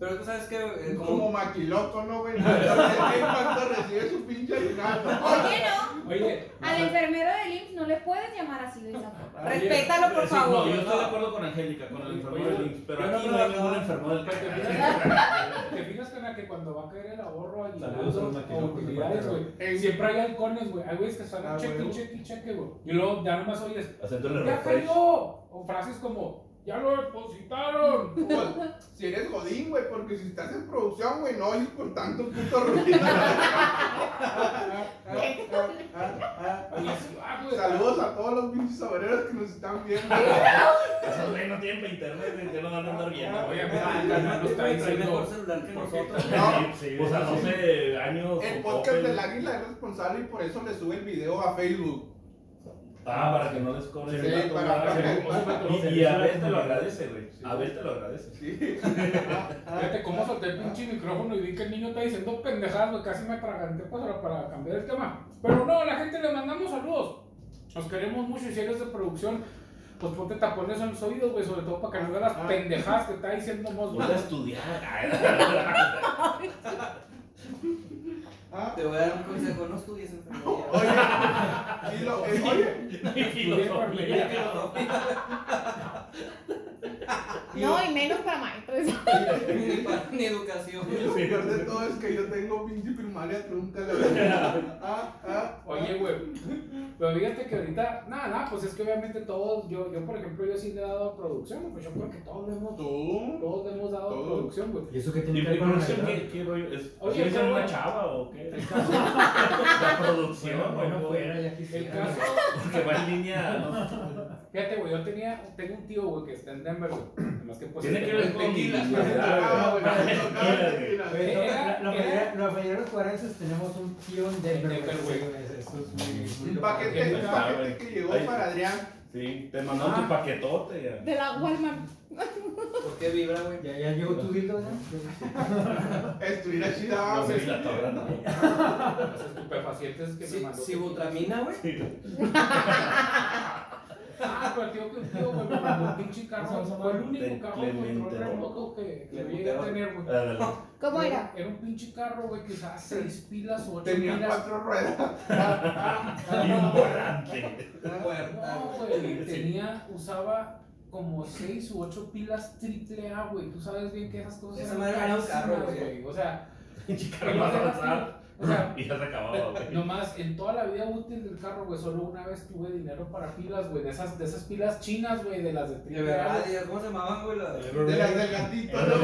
Speaker 8: Pero tú sabes que. eh, como-
Speaker 5: Como maquiloco, ¿no, güey? cuando recibe su pinche aguinaldo.
Speaker 10: ¿Por qué no?
Speaker 1: Oye,
Speaker 10: Al enfermero del IMSS no le puedes llamar así de esa forma. Respétalo, por
Speaker 9: Sí, No,
Speaker 10: favor.
Speaker 9: yo estoy de acuerdo con Angélica, con el enfermo del IMSS, pero
Speaker 1: Yo no
Speaker 9: aquí no hay
Speaker 1: creo-
Speaker 9: ningún enfermo del
Speaker 1: ¿Te
Speaker 9: IMSS.
Speaker 1: fijas, te fijas, carnal, que cuando va a caer el ahorro,
Speaker 2: Saludos a los
Speaker 1: aguinaldos o
Speaker 2: maquilocos de
Speaker 1: utilidades,
Speaker 2: Monterrey.
Speaker 1: güey? Siempre hay halcones, güey. Hay güeyes que salen
Speaker 5: Ah,
Speaker 1: cheque,
Speaker 5: güey.
Speaker 1: cheque, cheque, güey. Y luego ya nomás oyes,
Speaker 9: Acento en el
Speaker 1: ¡Ya
Speaker 9: refresh.
Speaker 1: cayó! O frases como, ¡Ya lo depositaron!
Speaker 5: Pues, Si eres godín, güey, porque si estás en producción, güey, no oyes por tanto puto ruido.
Speaker 1: Y así va, güey.
Speaker 5: Saludos a todos los pinches saboreros que nos están viendo.
Speaker 9: Esos güey no tienen pa' internet, güey, que no van a andar viendo.
Speaker 1: Oye,
Speaker 9: güey.
Speaker 1: pues, el canal lo está
Speaker 8: Trae mejor
Speaker 1: diciendo.
Speaker 8: celular que
Speaker 1: por
Speaker 8: nosotros.
Speaker 5: No.
Speaker 9: Sí, pues a 12 años.
Speaker 5: El
Speaker 9: con
Speaker 5: podcast
Speaker 9: Coppel.
Speaker 5: del águila es responsable y por eso le sube el video a Facebook.
Speaker 9: Ah, para que no les cobren
Speaker 5: Sí,
Speaker 9: el dato,
Speaker 5: para-
Speaker 9: güey. Y, y a ver te lo agradece, güey. A ver te lo agradece.
Speaker 5: Sí.
Speaker 1: Fíjate cómo solté
Speaker 5: Ah.
Speaker 1: el pinche micrófono y vi que el niño está diciendo pendejadas, güey. Casi me atraganté pues, ahora para cambiar el tema. Pero no, a la gente le mandamos saludos. Nos queremos mucho y si eres de producción, pues ponte tapones en los oídos, güey. Sobre todo para que no veas las pendejadas que está diciendo Mos,
Speaker 5: Pues
Speaker 1: güey.
Speaker 9: Voy a estudiar.
Speaker 5: Ah,
Speaker 8: Te voy a dar un consejo: no estudies enfermería.
Speaker 5: Oye, sí lo- eh, oye,
Speaker 1: Filosofía.
Speaker 10: No, y menos para maestros.
Speaker 8: Ni pa- Ni educación.
Speaker 5: lo peor de todo es que yo tengo pinche primaria trunca, la verdad. Ah, ah.
Speaker 1: Oye, güey, pero fíjate que ahorita, nada, nada, pues es que obviamente todos, yo, yo por ejemplo, yo sí le he dado a producción, pues yo creo que todos le hemos,
Speaker 5: ¿Tú?
Speaker 1: todos le hemos dado a
Speaker 5: Todos.
Speaker 1: producción, güey.
Speaker 2: ¿Y eso que tiene
Speaker 9: ¿Y
Speaker 2: que ver con la
Speaker 9: producción
Speaker 2: Navidad?
Speaker 9: qué, qué rollo? ¿Es,
Speaker 1: Oye,
Speaker 9: ¿sí es
Speaker 1: pero-
Speaker 9: una chava o qué? La producción,
Speaker 2: Bueno,
Speaker 9: güey.
Speaker 2: fuera, ya
Speaker 1: El
Speaker 2: quisiera.
Speaker 1: caso,
Speaker 9: Porque va en línea. ¿no?
Speaker 1: fíjate, güey, yo tenía, tengo un tío, güey, que está en Denver, güey, además que pues...
Speaker 9: Tiene
Speaker 1: este
Speaker 9: que ver
Speaker 1: güey-
Speaker 9: con
Speaker 5: Tequila.
Speaker 9: Ah,
Speaker 2: Güey,
Speaker 9: güey.
Speaker 1: Eh,
Speaker 2: no,
Speaker 1: era-
Speaker 2: la- La
Speaker 1: era-
Speaker 2: mayoría la mayoría de los cuarenses tenemos un tío en Denver.
Speaker 1: En Denver, güey.
Speaker 2: güey, eso es muy- muy
Speaker 5: Un
Speaker 2: loco.
Speaker 5: paquete, un
Speaker 9: Ah,
Speaker 5: paquete
Speaker 9: güey.
Speaker 5: que llegó
Speaker 9: Ahí.
Speaker 5: para Adrián.
Speaker 9: Sí, te mandaron tu paquetote. ya.
Speaker 10: De la Walmart.
Speaker 8: ¿Por qué vibra, güey?
Speaker 2: Ya, ya llegó tu dildo, ¿no?
Speaker 5: Estuviera chida.
Speaker 9: No,
Speaker 5: güey.
Speaker 9: sí, la tabla, no.
Speaker 1: Los estupefacientes que me
Speaker 8: Si-
Speaker 1: mandó.
Speaker 8: Sibutramina, güey.
Speaker 1: Ah, pero tío, que un tío, güey, me mandó un pinche carro, fue el
Speaker 9: Del
Speaker 1: único carro con
Speaker 9: Clemente
Speaker 1: control
Speaker 9: Rojo.
Speaker 1: remoto que que
Speaker 8: Clemente
Speaker 1: llegué a
Speaker 8: Rojo.
Speaker 1: tener, güey.
Speaker 9: Ándale.
Speaker 10: Ah. ¿Cómo era?
Speaker 1: Era un pinche carro, güey, que usaba seis pilas o ocho
Speaker 5: Tenía
Speaker 1: pilas.
Speaker 5: cuatro ruedas.
Speaker 9: Y un volante. Ah,
Speaker 1: No, güey, tenía, usaba como 6 u 8 pilas triple A, güey. Tú sabes bien que esas cosas
Speaker 8: Esa madre era un carro, güey.
Speaker 1: O sea,
Speaker 9: Chica, más avanzada.
Speaker 1: o sea,
Speaker 9: Y ya se acababa, güey.
Speaker 1: nomás en toda la vida útil del carro, güey, solo una vez tuve dinero para pilas, güey, de esas, de esas pilas chinas, güey, de las de
Speaker 8: De
Speaker 1: triple A.
Speaker 8: verdad,
Speaker 1: güey.
Speaker 8: ¿cómo se llamaban, güey? La-
Speaker 5: De las del gatito. ¿no, güey?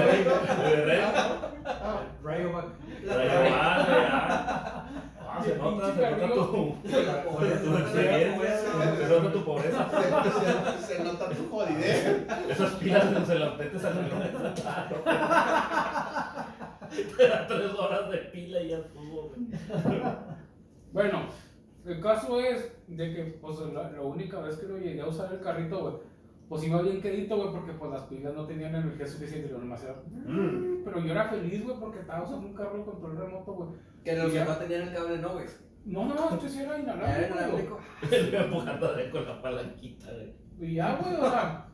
Speaker 9: Rayobac,
Speaker 2: Rayovac.
Speaker 9: ah. Ah, se nota, se nota tu,
Speaker 8: La pobreza,
Speaker 9: tu experiencia, se nota tu pobreza.
Speaker 5: Se- se- Se nota tu jodidez.
Speaker 9: Esas pilas de celotetes a la cabeza. Te da tres horas de pila y ya estuvo, güey.
Speaker 1: Bueno, el caso es de que, pues, la, la única vez que lo llegué a usar el carrito, güey, pues iba bien quedito, güey, porque pues las pilas no tenían energía suficiente, lo nomás era... Pero yo era feliz, güey, porque estaba usando un carro de control remoto, güey.
Speaker 8: Que los que no tenían el cable, no, güey.
Speaker 1: No, no, esto sí era
Speaker 9: Ah,
Speaker 8: Era
Speaker 1: inalámbrico.
Speaker 8: inalámbrico.
Speaker 9: Le iba empujando de- con la palanquita, güey.
Speaker 1: güey. Y ya, güey, o sea,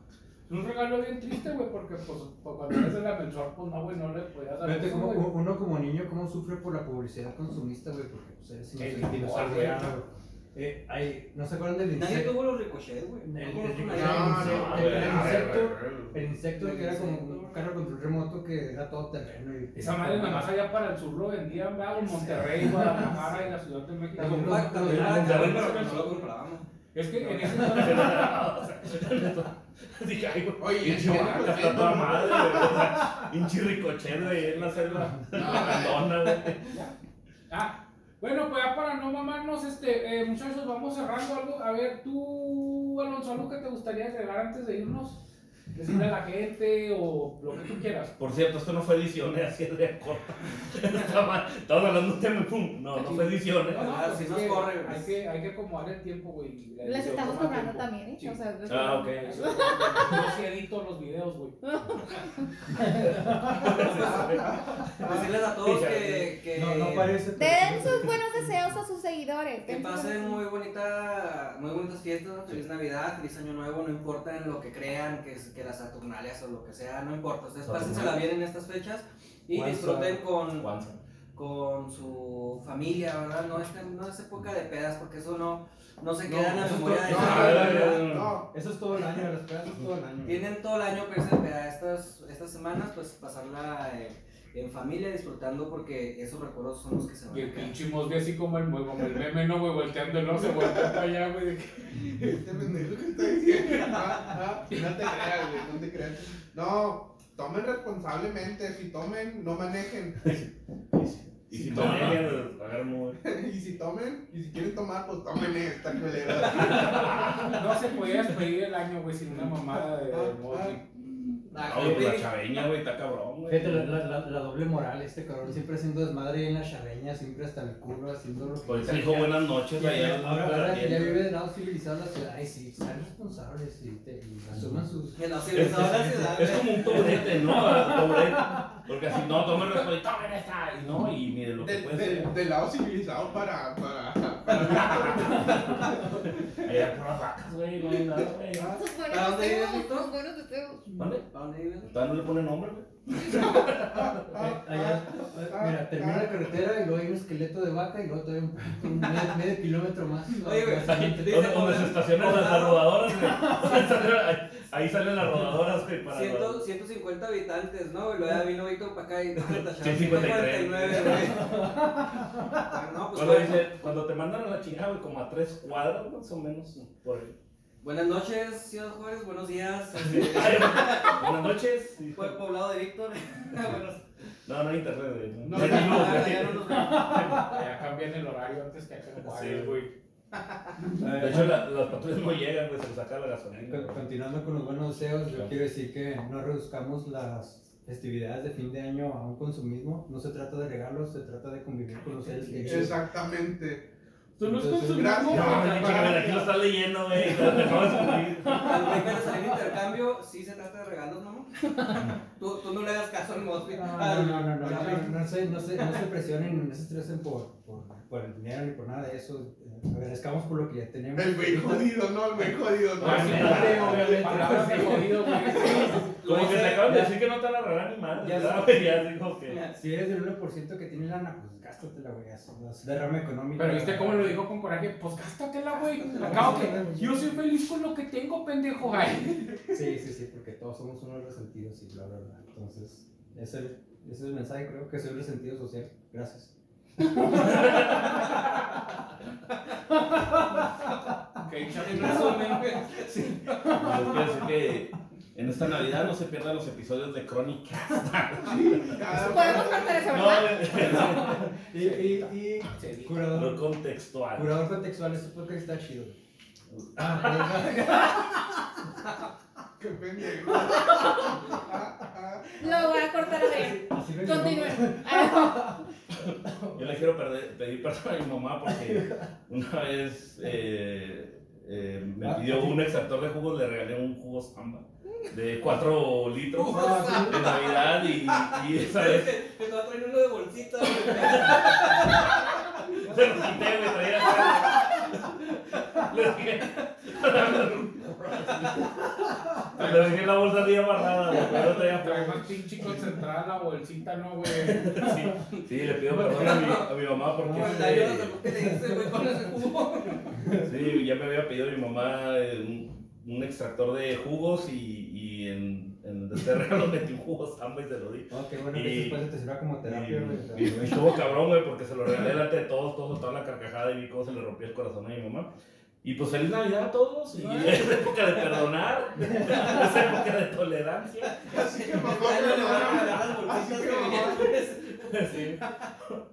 Speaker 1: es un regalo bien triste, güey, porque pues, pues, cuando eres de la mensual, pues no, güey, no le podías dar
Speaker 2: Fíjate
Speaker 1: eso,
Speaker 2: cómo
Speaker 1: güey.
Speaker 2: cómo- uno como niño, cómo sufre por la publicidad consumista, güey, porque pues eres
Speaker 1: El
Speaker 2: inocente y no sabes,
Speaker 1: dinosaurio,
Speaker 2: güey. Eh, hay- ¿No se acuerdan del
Speaker 8: Nadie
Speaker 2: insecto?
Speaker 8: tuvo los ricochets, güey.
Speaker 2: El-
Speaker 8: No
Speaker 2: el
Speaker 8: conozco a
Speaker 2: ricochet.
Speaker 8: nadie.
Speaker 5: No, no,
Speaker 9: güey,
Speaker 2: el
Speaker 9: a ver,
Speaker 2: insecto-
Speaker 9: a ver.
Speaker 2: El insecto que era como un carro control remoto que era todo terreno y...
Speaker 1: Esa madre nada más allá para el sur lo vendían, ¿verdad? En Monterrey, Guadalajara y la Ciudad de México.
Speaker 8: La compacta, güey.
Speaker 2: La
Speaker 8: Ah,
Speaker 2: compacta.
Speaker 8: cabrón, pero no lo comprábamos.
Speaker 1: Es que en ese entonces...
Speaker 9: Dije, ay, güey,
Speaker 5: Oye,
Speaker 9: pinche vaca, está toda madre, güey. O sea, pinche ricochet, güey, en la selva. Abandona, güey.
Speaker 1: Ah, bueno, pues ya para no mamarnos, este, eh, muchachos, vamos cerrando algo. A ver, tú, Alonso, algo que te gustaría agregar antes de irnos. Decirle a la gente o lo que tú quieras.
Speaker 9: Por cierto, esto no fue ediciones, así es de corta. Estaba- Estabas hablando de un tema y pum. No, no fue eh. ediciones.
Speaker 1: No, no,
Speaker 8: Ah,
Speaker 1: pues
Speaker 8: si
Speaker 1: es
Speaker 8: nos
Speaker 1: que
Speaker 8: corre, güey.
Speaker 1: Hay que, hay que acomodar el tiempo, güey.
Speaker 10: Les estamos
Speaker 1: Toma
Speaker 10: cobrando
Speaker 1: tiempo.
Speaker 10: también, ¿eh?
Speaker 1: Sí.
Speaker 10: O sea, les-
Speaker 9: Ah, ok.
Speaker 1: Eso, Yo sí edito los videos, güey.
Speaker 8: Pues Decirles a todos que, que
Speaker 2: No, no, aparece.
Speaker 10: Den sus buenos deseos a sus seguidores.
Speaker 8: Que
Speaker 10: den sus
Speaker 8: pasen
Speaker 10: buenos-
Speaker 8: muy bonita, muy bonitas fiestas, ¿no? feliz Navidad, feliz Año Nuevo, no importa en lo que crean, que, es- que las Saturnalias o lo que sea, no importa. Ustedes pásensela bien en estas fechas y
Speaker 2: Guanza.
Speaker 8: disfruten con,
Speaker 9: Guanza.
Speaker 8: con su familia, ¿verdad? No, este- no es época de pedas porque eso no, no se
Speaker 2: No,
Speaker 8: queda en la
Speaker 2: eso es
Speaker 8: memoria.
Speaker 2: todo-
Speaker 8: de
Speaker 2: no,
Speaker 8: nadie,
Speaker 9: Ah,
Speaker 2: no,
Speaker 8: ¿verdad?
Speaker 9: no, no,
Speaker 2: No, eso es todo el año, las pedas es todo el año.
Speaker 8: Tienen todo el año para irse de peda. Estas, estas semanas, pues pasarla eh, en familia, disfrutando porque esos recuerdos son los que se van
Speaker 1: Y
Speaker 8: a
Speaker 1: el
Speaker 8: quedar.
Speaker 1: pinche Mosby así como el, como el meme, no, güey, volteando, no, se voltea para allá, güey. de que-
Speaker 5: Este pendejo que está diciendo. Ah, ah, No te creas, güey, no te creas. No, tomen responsablemente. Si tomen, no manejen.
Speaker 9: Y si toman, agarran un-
Speaker 5: Y si tomen, y si quieren tomar, pues tomen esta
Speaker 8: Ah,
Speaker 5: culera.
Speaker 1: No se podía despedir el año, güey, sin una mamada de, de Mosby.
Speaker 8: Ah,
Speaker 9: Ah, güey, pues, la
Speaker 8: Pepe,
Speaker 9: chaveña, güey, está cabrón, güey.
Speaker 2: Fíjate la, la, la, la doble moral, este cabrón siempre haciendo desmadre ahí en la chaveña, siempre hasta el culo haciendo lo que.
Speaker 9: Por eso dijo buenas noches,
Speaker 2: Y
Speaker 9: allá.
Speaker 2: ahora- Ahora que ya
Speaker 9: Atiende.
Speaker 2: vive de lado civilizado la ciudad, ay sí, sean responsables y, te, y asuman sus.
Speaker 8: Que no sirve
Speaker 9: Es,
Speaker 8: toda la ciudad.
Speaker 9: es como un taburete, ¿no? Taburete. Porque así, no, tomen respeto y tomen esta. Y no, y mire lo que
Speaker 5: Del
Speaker 9: puede ser.
Speaker 5: del- del lado civilizado para. para,
Speaker 9: Allá por las vacas, güey, no hay nada, güey.
Speaker 10: Sus
Speaker 8: ¿A
Speaker 10: buenos
Speaker 8: dónde vives,
Speaker 10: deseos.
Speaker 8: Víctor?
Speaker 10: Sus buenos deseos.
Speaker 9: ¿Dónde?
Speaker 8: ¿Para dónde vives?
Speaker 9: Todavía no le pone nombre, güey.
Speaker 2: Eh,
Speaker 8: Ah,
Speaker 2: allá, eh, mira, termina la carretera y luego hay un esqueleto de vaca y luego todavía un, un medio, medio kilómetro más.
Speaker 8: Oye, güey,
Speaker 2: Básicamente.
Speaker 8: Dice
Speaker 9: Donde, donde
Speaker 8: Pablo-
Speaker 9: se estacionan las, las rodadoras, güey. Ahí salen- ahí- Ahí salen las rodadoras, güey, para.
Speaker 8: 100, 150 habitantes, ¿no? Y luego ya vino Víctor para acá y tachaba
Speaker 9: 153.
Speaker 8: 149, güey. Ah, No, pues
Speaker 9: Cuando,
Speaker 8: bueno.
Speaker 9: dice, cuando te mandan a la chingada, güey, como a tres cuadras más o menos. Por ahí.
Speaker 8: Buenas noches, Ciudad Juárez, buenos días.
Speaker 9: Buenas noches.
Speaker 8: Fue poblado de Víctor. Buenos
Speaker 9: No, no hay internet, güey. No,
Speaker 5: No,
Speaker 9: hay
Speaker 8: Ah,
Speaker 9: luz,
Speaker 8: ya no
Speaker 9: güey.
Speaker 8: nos vemos.
Speaker 1: Ya cambian el horario antes que acá en Juárez,
Speaker 9: Sí.
Speaker 1: güey.
Speaker 9: De hecho, la- las patrullas no llegan, güey, se les saca la gasolina.
Speaker 2: Con-
Speaker 9: güey.
Speaker 2: Continuando con los buenos deseos, yo
Speaker 9: Claro.
Speaker 2: quiero decir que no reduzcamos las festividades de fin de año a un consumismo. No se trata de regalos, se trata de convivir con los seres queridos.
Speaker 5: Exactamente.
Speaker 1: Tú no es
Speaker 2: Entonces,
Speaker 1: consumismo,
Speaker 5: gracias.
Speaker 9: No,
Speaker 1: güey.
Speaker 9: güey, chica, mira, aquí lo estás leyendo, güey. Lo acabas de escribir.
Speaker 8: Al Pepe le salió un intercambio, sí se trata de regalos, ¿no? Tú, tú no le das caso al Mosby.
Speaker 2: No, Ah, no, no, no, no, no se, no, se, no se presionen, no se estresen por, por, por el dinero ni por nada de eso. Eh, Agradezcamos por lo que ya tenemos.
Speaker 5: El güey jodido, no, el güey jodido, no.
Speaker 1: Ah, sí,
Speaker 2: Obviamente, obviamente.
Speaker 1: Palabras de jodido, güey.
Speaker 9: Como que te acaban de
Speaker 2: Ya-
Speaker 9: decir que no te van a regalar ni madre.
Speaker 2: Ya
Speaker 9: Ya,
Speaker 2: sé.
Speaker 9: güey, ya dijo que.
Speaker 2: Si eres del 1% que tiene lana, pues gástatela, güey. haz- haz Derrama económica.
Speaker 1: Pero viste cómo lo dijo con coraje, pues gástatela, güey. Acabo que yo soy feliz con lo que tengo, pendejo, güey.
Speaker 2: Sí, sí, sí, porque todos somos unos resentidos y bla, bla, bla. Entonces, ese, ese es el mensaje, creo que soy un resentido social. Gracias.
Speaker 1: Ok,
Speaker 8: En
Speaker 1: chaval.
Speaker 8: resumen, güey.
Speaker 9: Les quiero decir que en esta Navidad no se pierdan los episodios de Crónica.
Speaker 8: Ah,
Speaker 5: Cada-
Speaker 10: Podemos cortar eso,
Speaker 9: No,
Speaker 10: ¿verdad?
Speaker 2: Y, y, y
Speaker 9: lo
Speaker 2: curador,
Speaker 9: contextual.
Speaker 2: curador contextual, ese podcast está chido. Ah,
Speaker 5: Qué pendejo. Ah, ah.
Speaker 10: Lo voy a cortar Adrián.
Speaker 2: Así me
Speaker 10: Continúen. Ah,
Speaker 9: Yo le quiero perder- pedir perdón a mi mamá porque una vez eh, eh, me pidió un extractor de jugos, le regalé un jugo samba de 4 litros de Navidad y, y esa vez
Speaker 8: Te va a traer uno de bolsita, güey.
Speaker 9: se lo quité, me traía sal. Le dije. Le dejé la bolsa arriba amarrada, güey, pero no traía
Speaker 1: Trae
Speaker 9: jugo.
Speaker 1: más pinche concentrada la bolsita, ¿no, güey?
Speaker 9: Sí, sí, le pido perdón a mi, a mi mamá porque. este,
Speaker 8: Con la ayuda de lo que le dice, güey, con ese jugo.
Speaker 9: Sí, ya me había pedido mi mamá eh, un, un extractor de jugos y, y en, en este regalo metí un jugo samba y se lo di.
Speaker 2: Oh, qué bueno
Speaker 9: Y-
Speaker 2: que ese espacio te sirva como
Speaker 9: Y,
Speaker 2: terapia, güey.
Speaker 9: y estuvo cabrón, güey, porque se lo regalé delante de todos, todos, toda la carcajada y vi cómo se le rompió el corazón a mi mamá. Y pues feliz Navidad a todos. Y es época de perdonar, es época de tolerancia.
Speaker 5: Así que mamá,
Speaker 8: Ahí le van a regalar las
Speaker 5: Así
Speaker 8: bolsitas
Speaker 5: que
Speaker 8: que
Speaker 5: mamá.
Speaker 8: venían, güey.
Speaker 9: Sí.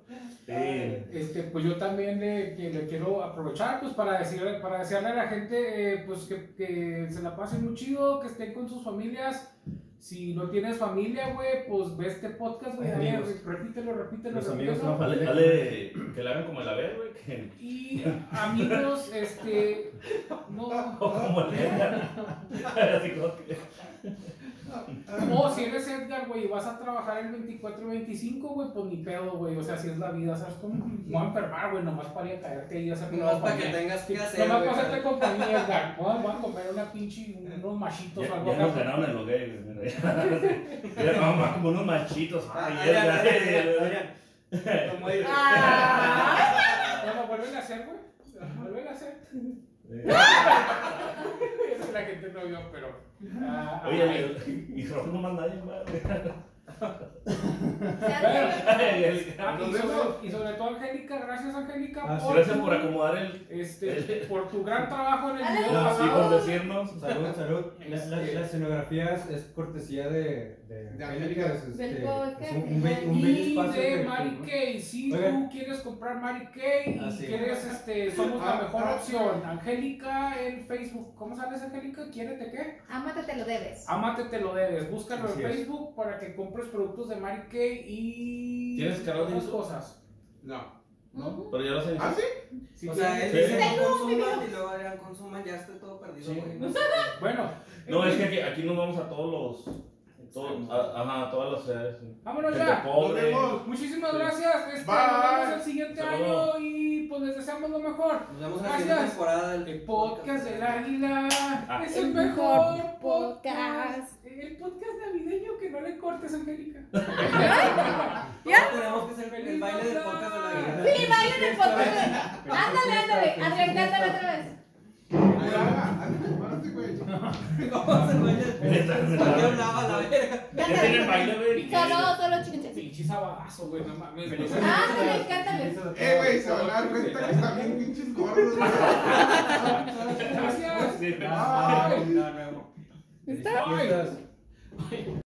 Speaker 9: Sí.
Speaker 1: Este, pues yo también le, que le quiero aprovechar pues para decirle, para desearle a la gente eh, pues que, que se la pasen muy chido, que estén con sus familias. Si no tienes familia, güey, pues ve este podcast, güey. dale,
Speaker 2: Amigos.
Speaker 1: Repítelo, repítelo,
Speaker 2: Los
Speaker 1: repítelo.
Speaker 2: amigos no
Speaker 9: Dale, dale que le hagan como el haber, güey, que
Speaker 1: Y amigos, este. No.
Speaker 9: o como el Edgar. Así como que-
Speaker 1: No, si eres Edgar, güey, y vas a trabajar el 24 y 25, güey, pues ni pedo, güey. O sea, si es la vida, ¿sabes cómo? Me voy a enfermar, güey, nomás para ir a caerte y hacer
Speaker 8: Nomás para que tengas que hacer,
Speaker 1: Nomás
Speaker 8: güey.
Speaker 1: para hacerte compañía, Edgar. No, voy a comer una pinche, unos machitos o
Speaker 9: Ya,
Speaker 1: algo
Speaker 9: ya nos
Speaker 1: acá.
Speaker 9: ganaron en los gays. Mira, ya. Mira, mamá, como unos machitos. Ay,
Speaker 8: Adrián,
Speaker 9: ya, ya, ya,
Speaker 8: Adrián,
Speaker 9: ya.
Speaker 8: Adrián. ¿Cómo ir?
Speaker 10: Ah.
Speaker 1: No, lo vuelven a hacer, güey. Lo vuelven a hacer. Eso la gente no vio, pero. ah, ah,
Speaker 9: Oye, y- y Raúl no más nadie, va.
Speaker 10: Se hace-
Speaker 1: ah, y, sobre, y sobre todo, Angélica, gracias, Angélica.
Speaker 2: Ah, sí,
Speaker 9: Gracias
Speaker 1: tu-
Speaker 9: por acomodar el.
Speaker 1: Este, por tu gran trabajo en el
Speaker 10: Dale,
Speaker 1: video
Speaker 10: no,
Speaker 9: No, sí,
Speaker 1: pasado.
Speaker 9: por decirnos.
Speaker 2: Salud, salud. La, la, la escenografía es, es cortesía de, de,
Speaker 5: De
Speaker 2: Angélica. Es,
Speaker 10: Del
Speaker 2: este,
Speaker 10: podcast
Speaker 2: es un, un, be- un bello
Speaker 1: Y
Speaker 2: espacio.
Speaker 1: de
Speaker 2: que-
Speaker 1: Mary
Speaker 2: que-
Speaker 1: Kay, si tú
Speaker 2: Oigan.
Speaker 1: quieres comprar Mary Kay
Speaker 2: Ah,
Speaker 1: y
Speaker 2: sí.
Speaker 1: quieres, este, somos la
Speaker 5: Ah,
Speaker 1: mejor
Speaker 5: ah,
Speaker 1: opción. Angélica en Facebook, ¿cómo sales Angélica? ¿Quiérete qué?
Speaker 10: Ámate, te lo debes.
Speaker 1: Amate te lo debes, búscalo en
Speaker 2: Así es.
Speaker 1: Facebook para que compres productos de Mary Kay y...
Speaker 9: ¿Tienes canal de
Speaker 1: otras
Speaker 9: YouTube?
Speaker 1: cosas.
Speaker 5: No.
Speaker 10: Ujú.
Speaker 9: Pero ya lo sé.
Speaker 5: ¿Ah, sí?
Speaker 1: Si
Speaker 8: O
Speaker 1: tienes-
Speaker 8: sea, él
Speaker 9: Sí.
Speaker 8: dice
Speaker 10: Tengo un
Speaker 8: consuman
Speaker 10: video.
Speaker 8: y luego Adrián consuma, ya está todo perdido,
Speaker 9: Sí.
Speaker 8: güey.
Speaker 1: Bueno,
Speaker 9: No, es que aquí, aquí nos vamos a todos los. Todos, a, ajá, a todas las ciudades.
Speaker 1: vámonos
Speaker 9: Gente
Speaker 1: ya.
Speaker 5: Nos
Speaker 9: pobre.
Speaker 5: vemos.
Speaker 1: Muchísimas
Speaker 9: Sí.
Speaker 1: gracias, este,
Speaker 5: Bye.
Speaker 1: nos vemos el siguiente
Speaker 9: Hasta
Speaker 1: año
Speaker 9: luego.
Speaker 1: y pues les deseamos lo mejor.
Speaker 8: Nos vemos en la siguiente
Speaker 1: Gracias.
Speaker 8: temporada del
Speaker 1: El podcast del águila
Speaker 9: Ah.
Speaker 1: es el
Speaker 10: El
Speaker 1: mejor,
Speaker 10: mejor
Speaker 1: podcast. El podcast navideño que no le cortes, Angélica.
Speaker 8: ¿Ya? Tenemos que hacer el baile del podcast del águila.
Speaker 10: Sí, bailen el podcast. Ándale, ándale. Adrián, cántalo otra vez.
Speaker 5: Ahora sí, güey.
Speaker 8: ¿Cómo se baila? ¿Por qué hablaba la verga?
Speaker 9: Ya tienen baile, güey.
Speaker 10: Solo, solo chinches.
Speaker 1: Pinche sabazo, güey, no mames.
Speaker 10: Ándale, cántalo.
Speaker 5: Eh, güey, se van a dar cuenta que están bien pinches gordos, güey.
Speaker 1: Gracias.
Speaker 9: Sí,
Speaker 2: Ah, no, no, no.
Speaker 10: ¿Está?
Speaker 2: Fiestas.